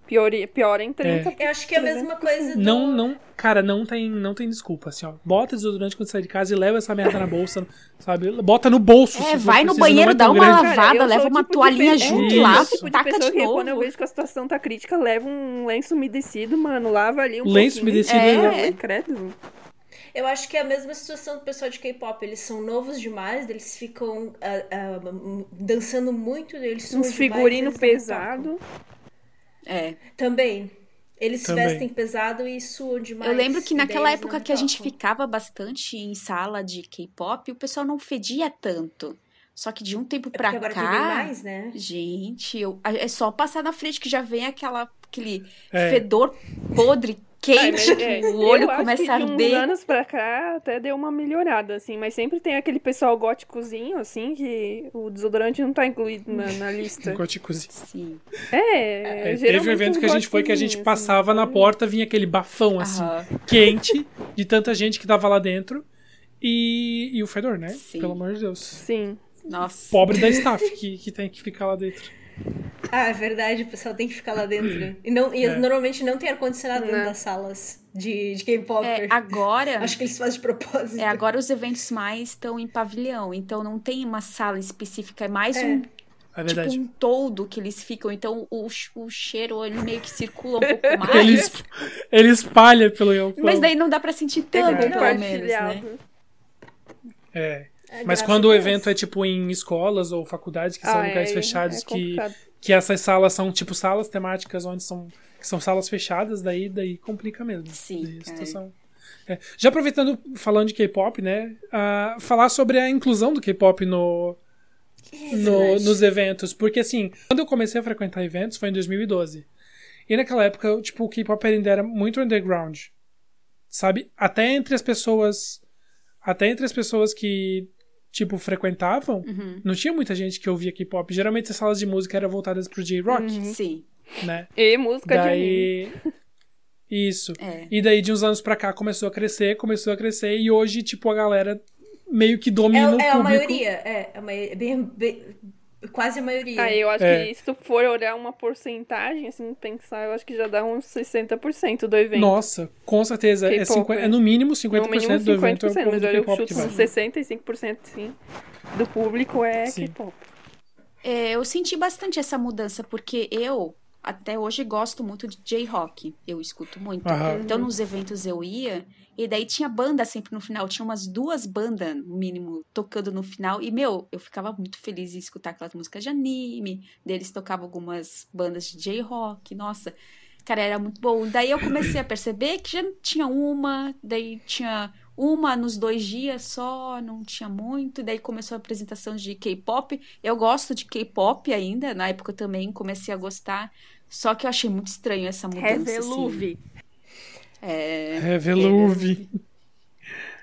pior, pior em 30.
Eu acho que é a mesma coisa do.
Não, não, cara, não tem, não tem desculpa, assim, ó. Bota desodorante quando sair de casa e leva essa merda na bolsa, sabe? Bota no bolso. se
É,
for
vai no
preciso, não é
banheiro, dá
tão
uma
grande.
lavada,
eu
leva
sou o
uma
tipo de
toalhinha
pe-
junto,
eu
lava
sou o tipo
e taca
de pessoa
de
que
novo.
Quando eu vejo que a situação tá crítica, leva um lenço umedecido, mano, lava ali um
Lenço
pouquinho.
umedecido,
É.
é. Credo.
Eu acho que é a mesma situação do pessoal de K-pop. Eles são novos demais, eles ficam ah, ah, dançando muito, eles são
Uns figurino pesado.
É.
Também. Eles se
Também.
vestem pesado e suam demais.
Eu lembro que
e daí
naquela
eles
época
não
que a gente
tocam.
ficava bastante em sala de K-pop, o pessoal não fedia tanto. Só que de um tempo
É
pra
porque agora
cá.
tem bem mais, né?
Gente, eu- a- é só passar na frente que já vem aquela, aquele
É.
fedor podre, quente,
É,
o olho
eu acho
começa
que
a
De uns
arder.
anos pra cá até deu uma melhorada, assim, mas sempre tem aquele pessoal góticozinho, assim, que o desodorante não tá incluído na,
*laughs*
na
Um
lista.
Góticozinho.
Sim.
É,
É,
é
teve um evento que a gente foi que a gente passava na porta, vinha aquele bafão assim,
Aham.
quente, de tanta gente que tava lá dentro. E, e o fedor, né?
Sim.
Pelo amor de Deus.
assim. Sim.
Nossa.
Pobre da staff que, que tem que ficar lá dentro.
Ah, é verdade, o pessoal tem que ficar lá
*clears throat*
dentro. E, não, e
É.
normalmente não tem ar-condicionado dentro
Não.
das salas de, de K-pop.
É, agora.
Acho que eles fazem de propósito.
É, agora os eventos mais estão em pavilhão, então não tem uma sala específica, é mais
É.
um
É
tipo
verdade.
um todo que eles ficam, então o, ch- o cheiro ele meio que
*laughs*
circula um pouco mais.
Ele, esp- ele espalha pelo
Mas daí não dá pra sentir tanto,
É
pelo menos, né?
compartilhável.
É.
É,
Mas
graças
quando
a
o
Deus.
evento é tipo em escolas ou faculdades, que são
Ah,
lugares
é,
fechados,
é
que,
complicado.
que essas salas são tipo salas temáticas onde são, que são salas fechadas, daí, daí complica mesmo.
Sim,
Daí a
é.
situação- É. Já aproveitando, falando de K-pop, né? ah, falar sobre a inclusão do K-pop no,
Que
no-
verdade.
nos eventos. Porque assim, quando eu comecei a frequentar eventos foi em 2012. E naquela época, eu, tipo, o K-pop ainda era muito underground. Sabe? Até entre as pessoas. Até entre as pessoas que, tipo, frequentavam,
Uhum.
não tinha muita gente que ouvia K-pop. Geralmente as salas de música eram voltadas pro J-Rock,
Uhum.
Sim,
né?
E música de anime.
Daí. *laughs* Isso.
é.
E daí, de uns anos pra cá, começou a crescer, começou a crescer, e hoje, tipo, a galera meio que
É,
domina o
é
público.
a maioria, é, é a mai- é bem, bem- quase a maioria.
Ah, eu acho
É.
que se tu for olhar uma porcentagem, assim, pensar, eu acho que já dá uns 60% do evento.
Nossa, com certeza. É,
K-pop,
50,
é.
é no mínimo 50%
no mínimo
do evento é o
50%,
povo
mas
do
olha, eu
K-pop
chuto
que vai.
uns 65% sim, do público é
Sim.
K-pop.
É, Eu senti bastante essa mudança, porque eu até hoje gosto muito de J-Rock, eu escuto muito.
Aham.
Então nos eventos eu ia, e daí tinha banda sempre no final, tinha umas duas bandas, no mínimo, tocando no final, e meu, eu ficava muito feliz em escutar aquelas músicas de anime, deles tocavam algumas bandas de J-Rock, nossa, cara, era muito bom. Daí eu comecei a perceber que já não tinha uma, daí tinha uma nos dois dias só, não tinha muito, daí começou a apresentação de K-pop, eu gosto de K-pop ainda, na época eu também comecei a gostar, só que eu achei muito estranho essa mudança, assim.
Reveluve.
É,
É, Veluve.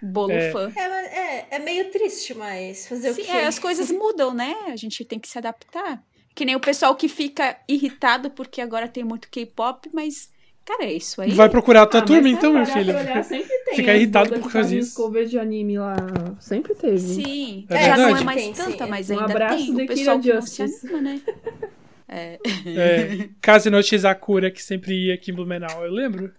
bolo
É.
fã.
É, mas é- é meio triste, mas fazer o
Sim,
quê?
é, as coisas mudam, né? A gente tem que se adaptar. Que nem o pessoal que fica irritado porque agora tem muito K-pop, mas, cara, é isso aí.
Vai procurar a
Ah,
tua
mas
turma
é
se
então, meu
parar
filho.
pra olhar, sempre tem
Fica
as
irritado
bandas
por
que
causa
fazem os
disso.
cover de anime lá. Sempre teve.
Sim,
É
já não é
verdade.
mais
Tem, sim.
tanta, mas
Um
ainda
abraço
tem
de
o
Kira
pessoal que não se
Justice.
anima, né?
É, Casino Shizakura, que sempre ia aqui em Blumenau, eu lembro.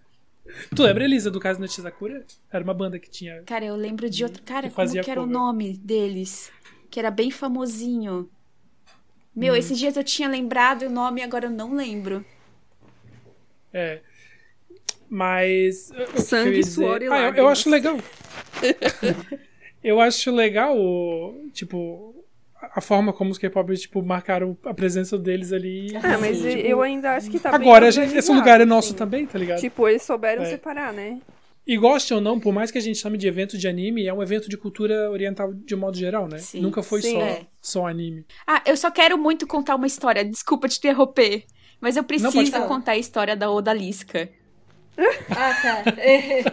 Tu lembra, Elisa, do Casino Shizakura? Era uma banda que tinha.
Cara, eu lembro de outro cara,
Que
como
fazia
que era o
cover.
nome deles? Que era bem famosinho. Meu,
Hum.
esses dias eu tinha lembrado e o nome agora eu não lembro.
É. Mas. o que eu ia
Sangue,
dizer-
suor e
Ah, eu- eu,
lágrimas.
acho legal. *laughs* eu acho legal, o- tipo, a forma como os K-pop tipo, marcaram a presença deles ali.
Ah, mas
Sim.
eu ainda acho que tá bem
Agora, gente, esse
organizado,
lugar é nosso
assim.
também, tá ligado?
Tipo, eles souberam
É.
separar, né?
E goste ou não, por mais que a gente chame de evento de anime, é um evento de cultura oriental de modo geral, né?
Sim.
Nunca foi
Sim,
só,
é.
só anime.
Ah, eu só quero muito contar uma história. Desculpa te interromper. Mas eu
pode
preciso
falar.
contar a história da Odalisca.
Ah, tá.
*laughs*
É.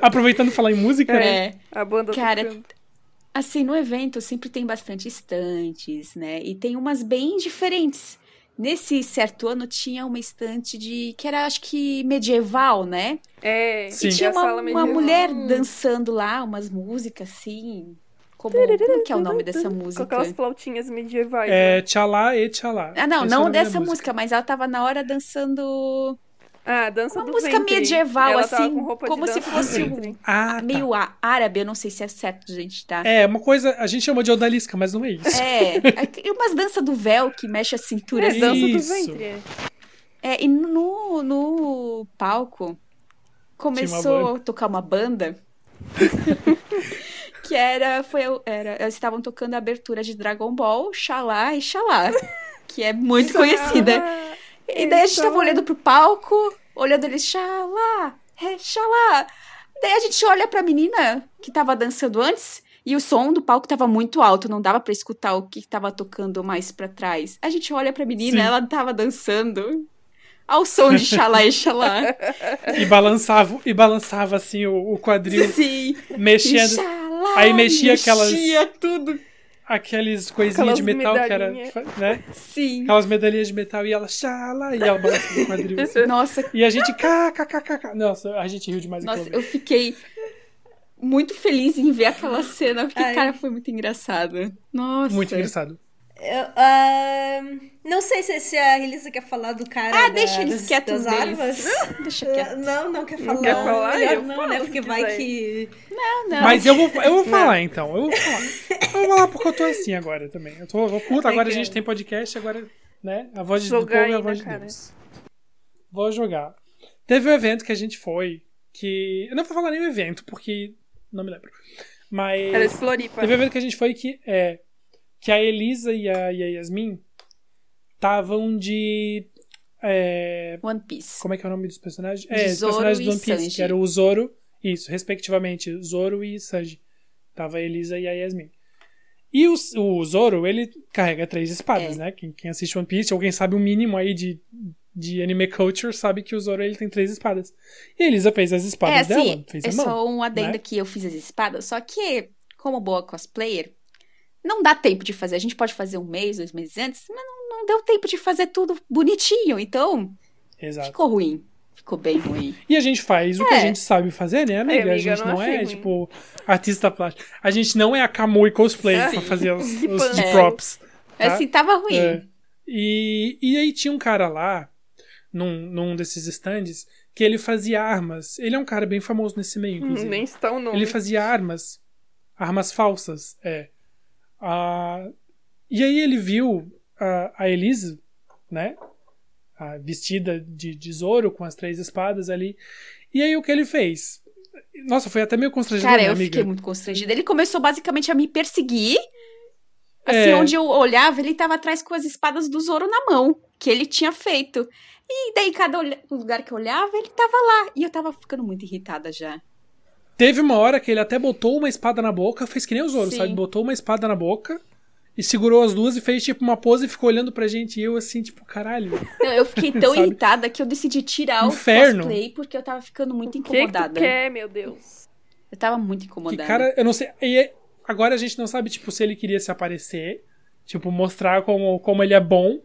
Aproveitando falar em música, né?
É.
A banda
Cara,
tocando.
Assim, no evento sempre tem bastante estantes, né? E tem umas bem diferentes. Nesse certo ano tinha uma estante de que era acho que medieval, né?
É,
E
Sim.
tem
tinha
a
uma,
sala
uma
medieval.
mulher dançando lá, umas músicas assim. Como, como que é o nome dessa
Com aquelas
música?
flautinhas medievais. né?
É Tchalá e Tchalá.
Ah, não,
Esse é o
não
nome da
dessa música, mas ela tava na hora dançando
Ah, dança
uma
do
música
ventre.
medieval,
Ela tava
assim,
com roupa de
como se
dança do
fosse um-
ventre.
Ah, tá.
meio á- árabe, eu não sei se é certo, gente, tá?
É, uma coisa. A gente chama de odalisca, mas não é isso.
É, é umas danças do véu que mexe a cintura
É,
assim.
dança do
Isso.
ventre. é.
É, e no, no palco
Tinha
começou
uma
a tocar uma banda *laughs* que era, foi, era. Elas estavam tocando a
é
abertura de Dragon Ball, Xalá e Xalá, que é muito conhecida.
Ah,
E daí a gente
Então.
tava olhando pro palco, olhando ele, xalá, é, xalá. Daí a gente olha pra menina que tava dançando antes e o som do palco tava muito alto, não dava pra escutar o que tava tocando mais pra trás. A gente olha pra menina,
Sim.
ela tava dançando ao som de xalá e
*laughs*
xalá.
E balançava, e balançava assim o,
*laughs*
o quadril,
Sim. E
mexendo
xalá,
Aí mexia aquelas-
Mexia tudo.
aquelas coisinhas de
Aquelas
metal que era.
medalhinhas.
Né?
Sim.
Aquelas medalhinhas de metal e ela, xala, e ela balançava
*laughs*
o quadril. assim.
Nossa,
E a gente, kkkk. Nossa, a gente riu demais
Nossa,
aquilo.
eu fiquei muito feliz em ver aquela cena, porque,
Ai.
cara, foi muito engraçada. Nossa.
Muito engraçado.
Eu, ahn, não sei se, se a Elisa quer falar do cara.
Ah,
da-
deixa eles
das,
quietos
das
deles.
árvores.
Deixa quieto.
Não, não quer falar.
quer falar?
Melhor
Eu
não,
falo
né?
o
Porque
que
vai
quiser.
que.
Ah, Não,
Mas eu vou, eu vou falar então. Eu vou falar. Eu vou falar porque eu tô assim agora também. Eu tô, eu vou- puta, agora a gente tem podcast, agora, né? A voz do
Jogar
povo e a
aí na
voz de
cara.
Deus. Vou jogar. Teve um evento que a gente foi, que. Eu não vou falar nem o evento, porque. Não me lembro. Mas.
Era é de Floripa.
Teve um evento que a gente foi que é que a Elisa e a, e a Yasmin estavam de é,
One Piece.
como é que é o nome dos personagens? É, dos
Zoro
personagens
e
do One Piece,
Sanji.
que era o Zoro, isso, respectivamente, Zoro e Sanji. Tava a Elisa e a Yasmin. E o, o Zoro, ele carrega três espadas,
É.
né? Quem, quem assiste One Piece, ou quem sabe o mínimo aí de, de anime culture, sabe que o Zoro ele tem três espadas. E a Elisa fez as espadas
É, assim,
dela, fez
é
a mão.
só um adendo
né?
que eu fiz as espadas, só que, como boa cosplayer, não dá tempo de fazer. A gente pode fazer um mês, dois meses antes, mas não, não deu tempo de fazer tudo bonitinho, então
Exato.
ficou ruim. Ficou bem ruim.
E a gente faz o que
É.
a gente sabe fazer, né, amiga?
amiga,
a gente
eu
não,
não
é,
achei ruim.
tipo, artista plástico. A gente não é a Kamui cosplay
É.
pra
*laughs*
fazer os,
Que
os de
pano.
props. Tá?
Assim, tava ruim.
É. E, e aí tinha um cara lá, num, num desses stands, que ele fazia armas. Ele é um cara bem famoso nesse meio,
Hum,
inclusive.
Nem está o nome.
Ele fazia armas. Armas falsas, é. Ah, e aí ele viu a, a Elise, né? A vestida de tesouro com as três espadas ali. E aí o que ele fez? Nossa, foi até meio constrangedor,
Cara,
né,
eu
amiga?
fiquei muito constrangida. Ele começou basicamente a me perseguir. Assim,
É.
onde eu olhava, ele tava atrás com as espadas do Zoro na mão, que ele tinha feito. E daí, cada olha- lugar que eu olhava, ele tava lá. E eu tava ficando muito irritada já.
Teve uma hora que ele até botou uma espada na boca, fez que nem o Zoro,
Sim.
sabe? Botou uma espada na boca e segurou as duas e fez tipo uma pose e ficou olhando pra gente. E eu assim, tipo, caralho.
Não, eu
*laughs*
fiquei tão
Sabe?
irritada que eu decidi tirar
Inferno.
o cosplay, porque eu tava ficando muito
O que, que tu
incomodada. né?
quer, meu Deus?
eu tava muito
Que
incomodada.
cara, eu não sei. E é, agora a gente não sabe, tipo, se ele queria se aparecer, tipo, mostrar como, como ele é bom.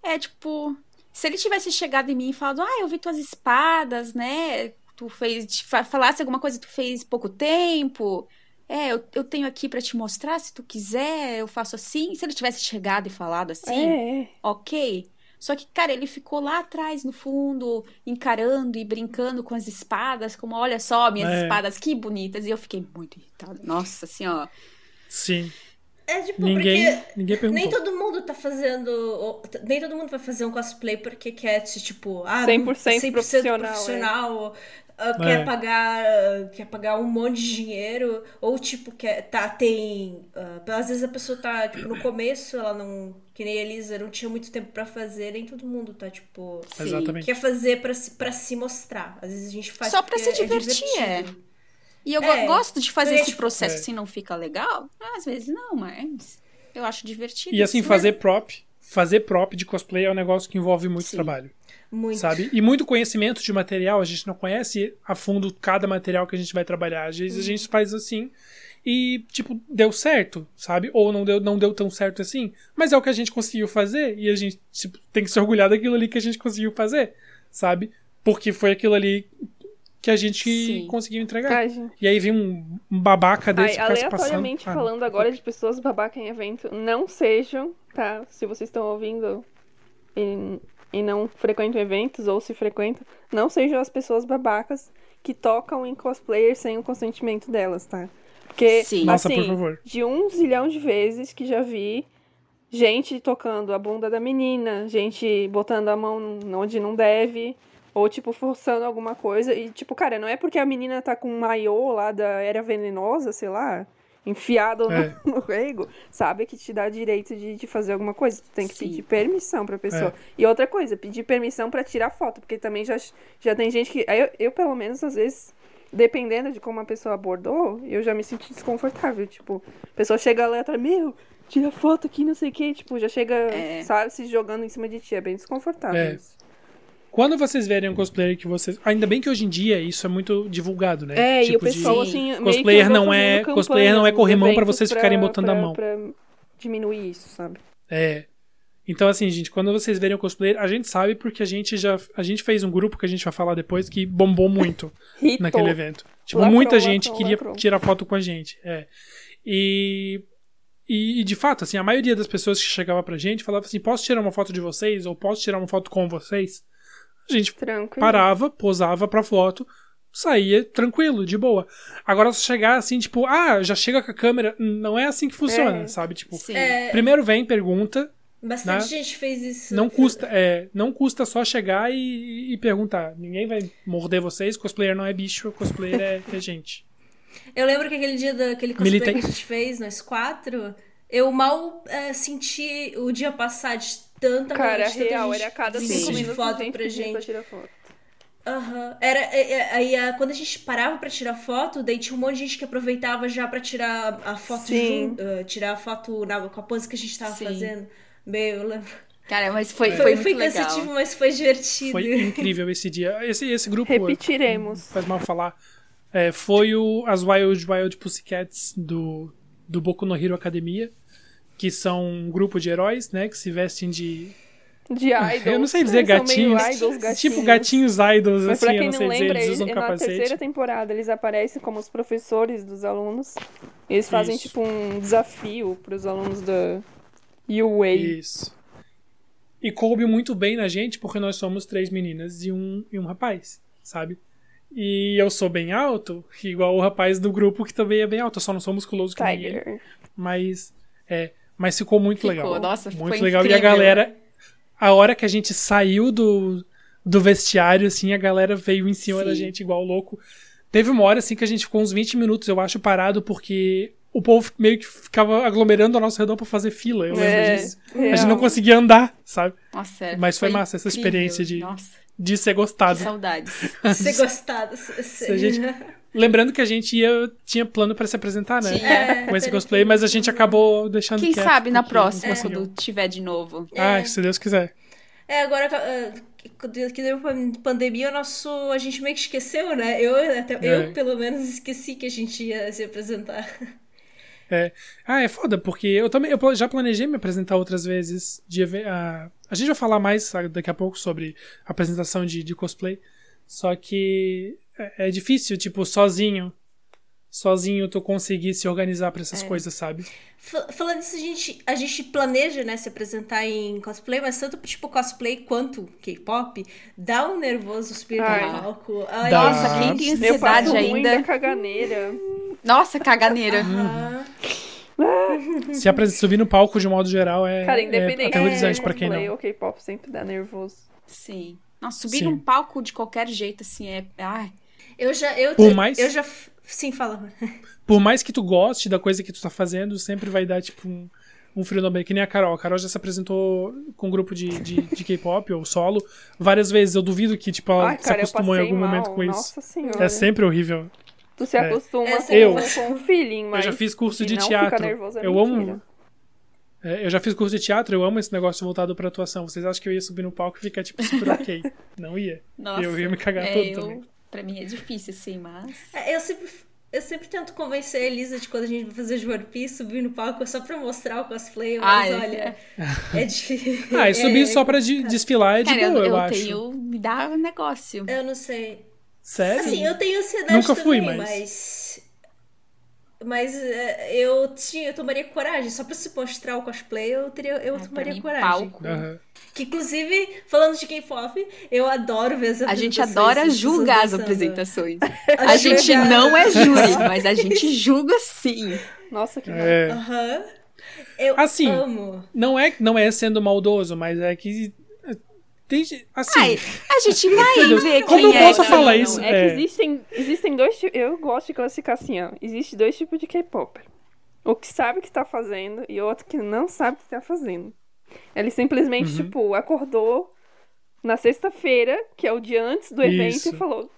É, tipo, se ele tivesse chegado em mim e falado, ah, eu vi tuas espadas, né? Tu fez. te fa- Falasse alguma coisa que tu fez pouco tempo. É, eu, eu tenho aqui pra te mostrar, se tu quiser, eu faço assim. Se ele tivesse chegado e falado assim,
É, é.
ok. Só que, cara, ele ficou lá atrás, no fundo, encarando e brincando com as espadas, como, olha só, minhas
É.
espadas, que bonitas. E eu fiquei muito irritada. Nossa, assim, ó.
Sim.
É tipo,
Ninguém,
porque
ninguém
Nem
perguntou.
todo mundo tá fazendo. ou- t- Nem todo mundo vai fazer um cosplay porque quer, se, tipo, ah,
100%
100%
profissional, é.
profissional, ou, ah,
É.
quer pagar ah, quer pagar um monte de dinheiro, ou tipo, quer, tá, tem. ah, às vezes a pessoa tá, tipo, no começo, ela não. Que nem a Elisa, não tinha muito tempo pra fazer, nem todo mundo tá, tipo.
Sim.
Exatamente.
Quer fazer pra, se- pra se mostrar. Às vezes a gente faz.
Só pra
porque
se divertir, é.
divertido.
E eu go-
É,
gosto de fazer
porque,
esse
tipo,
processo
é.
assim, não fica legal? Às vezes não, mas eu acho divertido. né?
E assim,
Mas-
fazer prop. Fazer prop de cosplay é um negócio que envolve muito
Sim.
trabalho,
Muito.
sabe? E muito conhecimento de material. A gente não conhece a fundo cada material que a gente vai trabalhar. Às
Uhum.
vezes a gente faz assim e, tipo, deu certo, sabe? Ou não deu, não deu tão certo assim. Mas é o que a gente conseguiu fazer e a gente tipo, tem que se orgulhar daquilo ali que a gente conseguiu fazer, sabe? Porque foi aquilo ali que a gente
Sim.
conseguiu entregar.
Ai, gente.
E aí vem um, um babaca
Ai,
desse ficar se passando.
aleatoriamente
Ah, não.
falando agora de pessoas babaca em evento, não sejam, tá? Se vocês estão ouvindo e, e não frequentam eventos ou se frequentam, não sejam as pessoas babacas que tocam em cosplayers sem o consentimento delas, tá? Porque,
Sim.
Nossa,
assim,
por favor.
de um zilhão de vezes que já vi gente tocando a bunda da menina, gente botando a mão onde não deve, ou tipo forçando alguma coisa. E tipo, cara, não é porque a menina tá com um maiô lá da Era Venenosa, sei lá, enfiado no-
É.
*laughs* no rego, sabe que te dá direito de, de fazer alguma coisa. Tu tem que
Sim.
pedir permissão pra pessoa.
É.
E outra coisa, pedir permissão pra tirar foto, porque também já, já tem gente que. aí Eu, eu, pelo menos, às vezes, dependendo de como a pessoa abordou, eu já me senti desconfortável. Tipo, a pessoa chega lá e fala, meu, tira foto aqui, não sei o quê. Tipo, já chega,
É.
sabe, se jogando em cima de ti. É bem desconfortável
É.
isso.
Quando vocês verem um cosplayer que vocês. Ainda bem que hoje em dia isso é muito divulgado, né?
É, e o
Tipo de-
pessoal
Sim.
assim. meio que
Cosplayer
anda
não é-
fazendo
cosplayer não é
campanhas,
corrimão pra
eventos
vocês ficarem botando a
pra-
mão.
pra diminuir isso, sabe?
É. Então, assim, gente, quando vocês verem o cosplayer, a gente sabe porque a gente já. A gente fez um grupo que a gente vai falar depois que bombou
*laughs*
muito
Hitou.
naquele evento. Tipo,
Lacrou,
muita gente
lacrou,
queria
lacrou.
tirar foto com a gente. É. E. E, e, de fato, assim, a maioria das pessoas que chegava pra gente falava assim: posso tirar uma foto de vocês? Ou posso tirar uma foto com vocês? A gente
Tranquilo.
parava, posava pra foto, saía tranquilo, de boa. Agora, se chegar assim, tipo, ah, já chega com a câmera, não é assim que funciona,
É.
sabe? Tipo,
Sim.
É,
primeiro vem, pergunta,
bastante
né?
gente fez isso.
não custa, é, não custa só chegar e, e perguntar. Ninguém vai morder vocês, cosplayer não é bicho, cosplayer é, é
*laughs*
gente.
Eu lembro que aquele dia daquele cosplay
Militei.
que a gente fez, nós quatro, eu mal eh, senti o dia passar de tanta
Cara,
mulher, de tanta
real,
gente
era a cada
pedindo
cinco
Sim.
minutos
foto
gente
pra
pedia pra
gente.
tirar foto.
Aham. Era, é, é, aí a- quando a gente parava pra tirar foto, daí tinha um monte de gente que aproveitava já pra tirar a foto
Sim.
junto, eh, tirar a foto na, com a pose que a gente tava
Sim.
fazendo. Bem, eu lembro.
Cara, mas foi,
É.
Foi,
foi,
foi
muito legal.
tipo,
cansativo, mas foi divertido.
Foi incrível esse dia. Esse, esse grupo,
Repetiremos.
faz mal falar, é, foi o, as Wild Wild Pussycats do, do Boku no Hero Academia, que são um grupo de heróis, né, que se vestem de
De idols.
Eu não sei dizer
Eles são meio
gatinhos.
idols, gatinhos.
Tipo gatinhos idols,
Mas
assim,
pra
eu
quem
não
não,
sei dizer,
lembra,
eles
eles,
usam
é na
capacete.
terceira temporada eles aparecem como os professores dos alunos. Eles fazem
Isso.
tipo um desafio pros alunos da UA.
Isso. E coube muito bem na gente, porque nós somos três meninas e um, e um rapaz, sabe? E eu sou bem alto, igual o rapaz do grupo que também é bem alto, só não sou musculoso que nem ele.
Tiger.
Mas, é, mas ficou muito
Ficou,
legal.
nossa, ficou
Muito legal. E a
incrível.
galera, a hora que a gente saiu do, do vestiário, assim, a galera veio em cima
Sim.
da gente igual louco. Teve uma hora, assim, que a gente ficou uns 20 minutos, eu acho, parado, porque o povo meio que ficava aglomerando ao nosso redor pra fazer fila. Eu lembro
É,
disso. A gente
real.
não conseguia andar, sabe?
Nossa, era-
Mas foi massa
É,
essa
incrível.
experiência de-
Nossa,
De ser
que
gostado.
saudades.
Ser gostado. né? ser- ser-
gente- Lembrando que a gente ia, tinha plano pra se apresentar, né?
Tinha.
É,
*laughs* Com esse
peraí.
cosplay, mas a gente acabou deixando
Quem
quieto,
sabe na
porque não
próxima,
conseguiu.
quando tiver de novo.
Ah, se Deus quiser.
É, agora ah, que que deu a pandemia, o nosso, a gente meio que esqueceu, né? Eu, até,
É.
eu, pelo menos, esqueci que a gente ia se apresentar.
Ah, é foda, porque eu também eu pla- já planejei me apresentar outras vezes. De, eve- ah, a gente vai falar mais ah, daqui a pouco sobre apresentação de, de cosplay. Só que é, é difícil, tipo, sozinho. Sozinho tu conseguir se organizar
É.
pra essas coisas, sabe?
Fa- Falando isso, a gente, a gente planeja, né, se apresentar em cosplay, mas tanto tipo cosplay quanto K-pop, dá um nervoso subir no
Ai.
palco. Ai,
Dá.
Nossa, quem tem
Eu
ansiedade
passo ruim da
ainda?
caganeira.
Nossa, caganeira.
Aham.
Se apre- subir no palco de modo geral é,
Cara,
é
independente.
aterrorizante
é,
pra quem
cosplay
não.
ou K-pop sempre dá nervoso.
Sim. Nossa, subir
Sim.
num palco de qualquer jeito, assim, é. Ai,
Eu já, eu,
Por mais-
eu já, f- sim, fala.
Por mais que tu goste da coisa que tu tá fazendo, sempre vai dar, tipo, um, um frio na barriga. Que nem a Carol. A Carol já se apresentou com um grupo de, de, de K-pop ou solo várias vezes. Eu duvido que, tipo, ela
Ai,
se
cara, eu
acostumou
passei
em algum
mal.
momento com isso.
Nossa senhora.
É sempre horrível.
Tu se
é.
acostuma
Essa
com,
eu-
com um feeling, mas
*laughs* eu já fiz curso
que
de
não fica
teatro.
nervoso é
eu
mentira.
amo. É, eu já fiz curso de teatro, eu amo esse negócio voltado pra atuação. Vocês acham que eu ia subir no palco e ficar, tipo,
*laughs*
super ok? Não ia.
nossa.
Eu ia me cagar
é,
todo
eu-
também.
Pra mim é difícil, assim, mas.
É, Eu sempre, eu sempre tento convencer a Elisa de quando a gente vai fazer de One Piece, subir no palco só pra mostrar o cosplay, mas
Ai,
olha, é, difícil. *laughs*
Ah, e subir
é-
só pra de- desfilar é de
Cara, eu,
boa, eu,
eu
acho.
tenho. Me dá um negócio.
Eu não sei.
Sério?
Assim, eu tenho ansiedade
É, Nunca fui,
também,
mas-
mas... Mas é, eu, tinha, eu tomaria coragem. Só pra se mostrar o cosplay, eu, teria, eu
Ai, Ah, pra
tomaria
mim,
coragem.
palco.
Aham.
Que, inclusive, falando de K-pop, eu adoro ver as
A gente
apresentações
adora
das pessoas
julgar as
dançando.
apresentações.
A
A gente
julgar.
não é júri, mas a gente julga sim.
Nossa, que mal.
É.
Aham. Eu
Assim,
amo.
Não é, não é sendo maldoso, mas é que. é, Tem, ge- assim,
Ai, a gente vai
Deus,
ver
como
quem
eu
é.
posso
quem
falar
não
isso?
é.
É,
É.
que existem, existem dois tipos. Eu gosto de classificar assim, ó. Existe dois tipos de K-pop. o que sabe o que tá fazendo e outro que não sabe o que tá fazendo. Ele simplesmente,
Uhum.
tipo, acordou na sexta-feira, que é o dia antes do evento,
Isso.
e falou: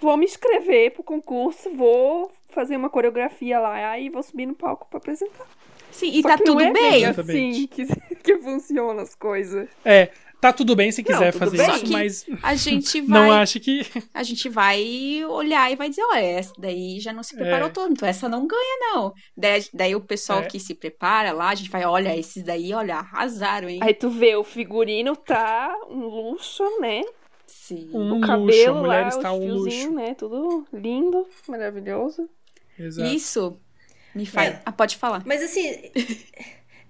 Vou me inscrever pro concurso, vou fazer uma coreografia lá e vou subir no palco pra apresentar.
Sim, e
Só
tá
que não
tudo
é
bem.
assim
Exatamente.
que, *laughs* que funcionam as coisas.
É, tá tudo bem se
Não,
quiser
tudo
fazer
bem.
isso, mas
A gente
não é.
vai,
acho que.
a gente vai olhar e vai dizer, olha, essa daí já não se preparou
É.
tanto, essa não ganha não. Daí, daí o pessoal
É.
que se prepara lá, a gente vai, olha, esses daí, olha, arrasaram, hein?
Aí tu vê, o figurino tá um luxo, né?
Sim.
Um
o
luxo, a
cabelo
mulher
lá,
está
os
um
fiozinhos,
luxo.
né? Tudo lindo, maravilhoso.
Exato.
Isso me faz.
É.
Ah, pode falar.
Mas
*laughs*
assim.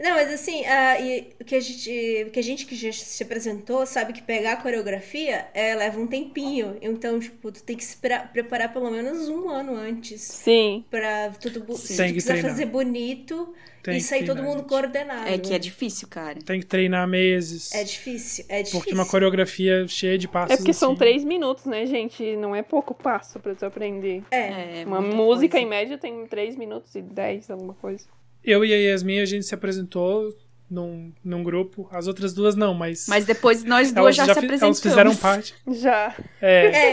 Não, mas assim, a, e, o que a gente, o que a gente que já se apresentou sabe que pegar a coreografia é, leva um tempinho. Então, tipo, tu tem que se pra- preparar pelo menos um ano antes.
Sim.
Pra tudo bu- se tu
Tem que
quiser
treinar.
fazer bonito
Tem
e
que
sair todo
treinar,
mundo
gente.
coordenado.
É que é difícil, cara.
Tem que treinar meses.
É difícil, é difícil.
porque uma coreografia cheia de passos.
É porque são
assim,
três minutos, né, gente? Não é pouco passo pra tu aprender.
É.
É,
Uma
muita
música,
coisa.
em média, tem três minutos e dez alguma coisa.
Eu e a Yasmin, a gente se apresentou num, num grupo. As outras duas não, mas.
Mas depois nós duas
elas
já, se
fi-
apresentamos.
Elas fizeram parte.
Já.
É,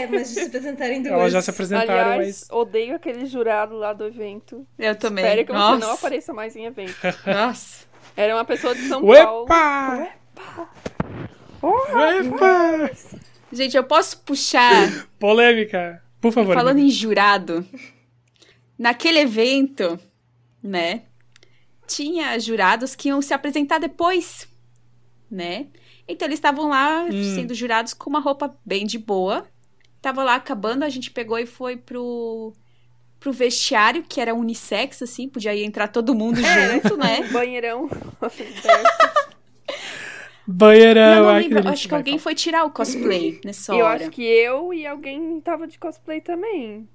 *laughs* É, mas de se apresentarem duas.
elas já se apresentaram,
Aliás, odeio aquele jurado lá do evento.
Eu também.
Espero que
Nossa.
você não apareça mais em evento.
Nossa.
Era uma pessoa de São
mas.
Paulo.
Uepa!
Porra!
Uepa!
Gente, eu posso puxar,
Polêmica! Por favor.
falando
amiga.
em jurado. Naquele evento, né? Tinha jurados que iam se apresentar depois, né? Então eles estavam lá
Hum.
sendo jurados com uma roupa bem de boa. Tava lá acabando, a gente pegou e foi pro pro vestiário, que era unissex assim, podia ir entrar todo mundo junto, né?
*laughs* um Banheirão.
Banheirão,
Eu não
ai,
lembro,
delícia,
acho que
vai,
alguém foi tirar o cosplay nessa
eu
hora.
acho que eu e alguém tava de cosplay também.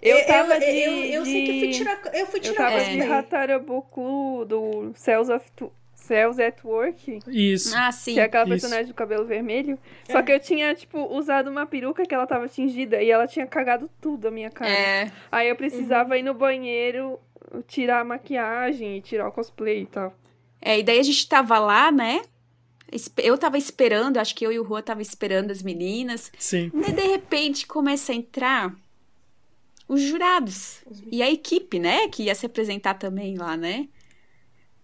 Eu,
Eu tava
eu,
de...
eu, eu sei que eu fui
de-
tirar. Eu fui
Eu
tirar
tava
o
de
cosplay.
Hatarabuku do Cells, of Tu- Cells at Work,
fala. Isso.
Ah, sim. É.
que é aquela
isso.
personagem do cabelo vermelho. Só que eu tinha, tipo, usado uma peruca que ela tava tingida e ela tinha cagado tudo a minha cara.
É,
Aí eu
Uhum.
precisava ir no banheiro, tirar a maquiagem e tirar o cosplay e tal.
é, e daí a gente tava lá, né? Espe- Eu tava esperando, acho que eu e o Rua tava esperando as meninas.
Sim.
E de repente começa a entrar os jurados. E a equipe, né? Que ia se apresentar também lá, né?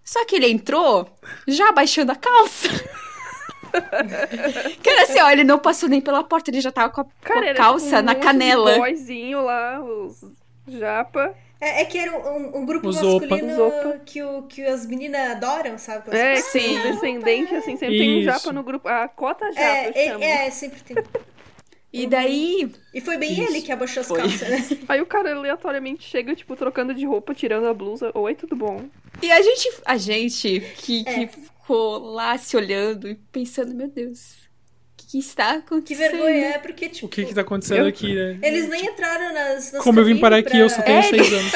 Só que ele entrou já baixando a calça. *laughs* que era assim, ó, ele não passou nem pela porta, ele já tava com a, com a
Cara, era
calça
tipo, um
na
monte
canela.
De boyzinho lá, os japa.
É, é que era um, um grupo
Os opa.
masculino
Os opa.
que, o, que as meninas adoram, sabe? Elas-
É,
Sim.
sim, descendente, assim, sempre tem um
Isso.
japa no grupo. A cota japa,
é,
eu
é,
chamo.
é, sempre tem. Uhum.
E daí
E foi bem
Isso.
ele que abaixou as
Foi.
calças, né?
Aí o cara aleatoriamente chega, tipo, trocando de roupa, tirando a blusa. Oi, tudo bom?
E a gente, a gente que,
É.
que ficou lá se olhando e pensando, meu Deus, o que, que está acontecendo?
Que vergonha, é porque, tipo,
O que que tá acontecendo
Eu-
aqui, né?
eles nem entraram nas. nas
Como eu vim
cabines
parar aqui,
pra-
eu só tenho
É.
seis anos.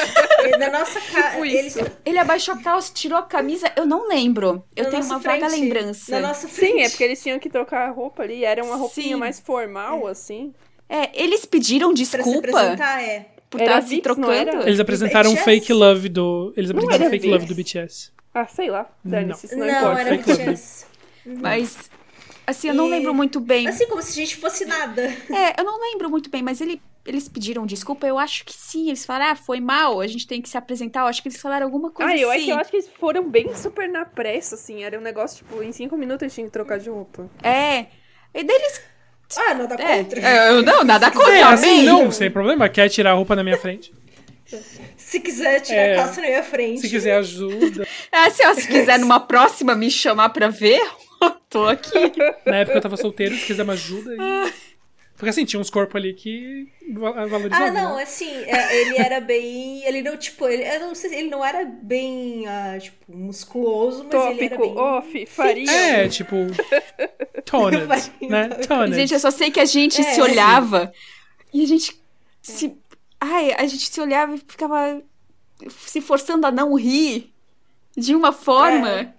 Na nossa casa.
Tipo
eles...
isso.
Ele abaixou a calça, tirou a camisa, eu não lembro. Eu
na
tenho
nossa
uma vaga
frente,
lembrança.
Na nossa frente.
Sim, é porque eles tinham que trocar a roupa ali. Era uma roupinha
Sim.
mais formal, assim.
É, eles pediram
Pra se
desculpa
apresentar, é.
por
Era
estar se
Vix, não
trocando.
era?
Eles apresentaram um
BTS?
fake love do. Eles apresentaram
era
fake love do
deles.
BTS.
Ah, sei lá. Dane-se, isso não,
não,
importa.
era
Foi
BTS.
Mas, assim, eu não
E-
lembro muito bem.
Assim como se a gente fosse nada.
É, eu não lembro muito bem, mas ele- eles pediram desculpa, eu acho que sim. Eles falaram, ah, foi mal, a gente tem que se apresentar. Eu acho que eles falaram alguma coisa
Ah, eu
assim.
é que eu acho que eles foram bem super na pressa, assim. Era um negócio, tipo, em cinco minutos eles tinham que trocar de roupa.
É. E daí eles...
Ah, nada
É,
contra.
é, eu não, nada contra,
É, assim,
amém.
não, sem problema. Quer tirar a roupa na minha frente?
Se quiser tirar
É.
a calça na minha frente.
Se quiser ajuda.
Ah, se você quiser numa próxima me chamar pra ver, *laughs* eu tô aqui.
Na época eu tava solteiro, se quiser uma ajuda. e- Porque assim, tinha uns corpos ali que va- valorizavam.
Ah, não,
né?
assim, é, ele era bem. Ele não, tipo, ele, eu não sei, se- ele não era bem, ah, tipo, musculoso, mas ele era
Tópico,
bem.
off, faria.
É,
*laughs*
tipo. Toned, né? Toned.
Gente, eu só sei que a gente
É,
se olhava e a gente se. Ai, a gente se olhava e É. ficava se forçando a não rir de uma forma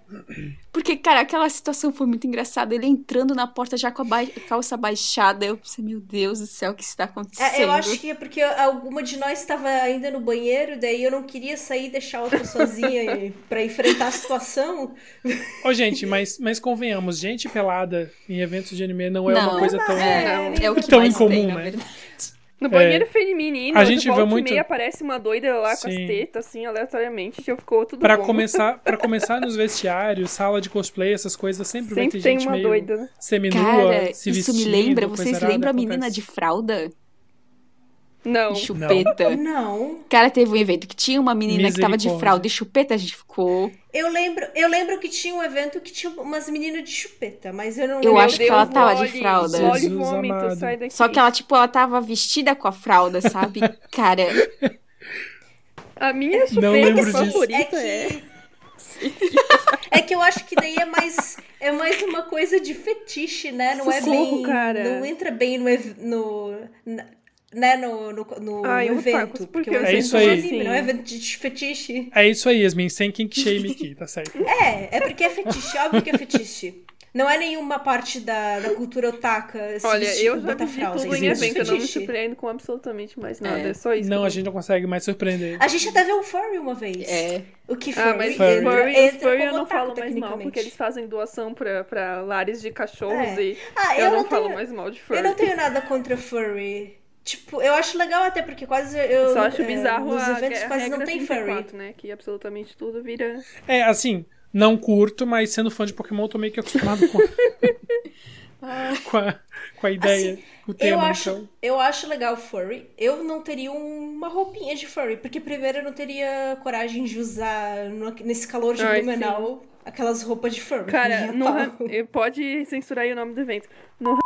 Porque, cara, aquela situação foi muito engraçada. Ele entrando na porta já com a bai- calça baixada. Eu pensei, meu Deus do céu, o que está acontecendo?
É, eu acho que é porque alguma de nós estava ainda no banheiro, daí eu não queria sair e deixar a outra sozinha
*laughs*
e- pra enfrentar a situação.
assim-
Ô, gente, mas, mas convenhamos, gente pelada em eventos de anime não é
Não.
uma coisa tão.
É,
É, é o que
Tão
mais
incomum,
tem, na
né?
verdade.
No banheiro feminino,
é. A
de
gente vê
volta e
muito-
meia aparece uma doida lá com
Sim.
as tetas, assim, aleatoriamente. Já ficou tudo
Pra
bom.
começar, para começar nos vestiários, sala de cosplay, essas coisas, sempre, vai
Sempre
ter
tem
gente
uma
meio
doida, né?
seminua,
Cara,
se
isso
vestindo.
me lembra.
coisa
Vocês
arada,
lembram a menina
acontece.
de fralda
Não.
e chupeta?
Não.
Cara, teve um evento que tinha uma menina que tava de
Misericórdia.
fralda e chupeta, a gente ficou.
Eu lembro, eu lembro que tinha um evento que tinha umas meninas de chupeta, mas eu não
Eu
lembro.
acho que ela tá tava de
olhe,
fralda.
Olhe
Jesus
vômito,
amado.
sai daqui.
Só que ela, tipo, ela tava vestida com a fralda, sabe? Cara,
A minha chupeta
lembro disso.
É
favorita é...
que... *laughs* é que eu acho que daí é mais, é mais uma coisa de fetiche, né? Não é
Socorro,
bem.
cara.
Não entra bem no. ev- no na- né, no, no, no,
Ai,
no
eu
evento.
taco, porque
o
eu
evento
sempre
é
fui
livre,
assim.
não é evento de fetiche.
É isso aí, Yasmin, sem kink shame aqui, tá certo?
É, é porque é fetiche, óbvio que é fetiche. Não é nenhuma parte da, da cultura otaka. se
Olha,
vestir-
eu já
botar
vivi
fralda,
tudo em
isso é
evento, eu não me
fetiche.
surpreendo com absolutamente mais nada,
É.
*laughs* é, só isso.
Não,
que
a
eu-
gente não consegue mais surpreender.
A gente até viu um furry uma vez.
é.
O que furry?
Ah, mas
Furry.
entra-
furry,
entra
os furry eu
como
não
otaku,
falo mais mal,
tecnicamente.
porque eles fazem doação pra, pra lares de cachorros
É.
e
Ah,
eu, não, falo
tenho,
mais mal de furry.
eu não tenho nada contra furry. Tipo, eu acho legal até, porque quase eu...
Só acho
é,
bizarro
Nos
a
eventos
a
quase não
regra
tem furry.
34, né? Que absolutamente tudo vira...
É, assim, não curto, mas sendo fã de Pokémon, eu tô meio que acostumado
*laughs*
com,
Ah.
com, a, com a ideia,
Assim,
com o tema,
Eu acho,
então.
eu acho legal furry. Eu não teria uma roupinha de furry, porque primeiro eu não teria coragem de usar no- nesse calor de
Ai,
Blumenau aquelas roupas de furry.
Cara,
Nem a
no
é pau. *laughs*
ra- eh, pode censurar aí o nome do evento. No ra-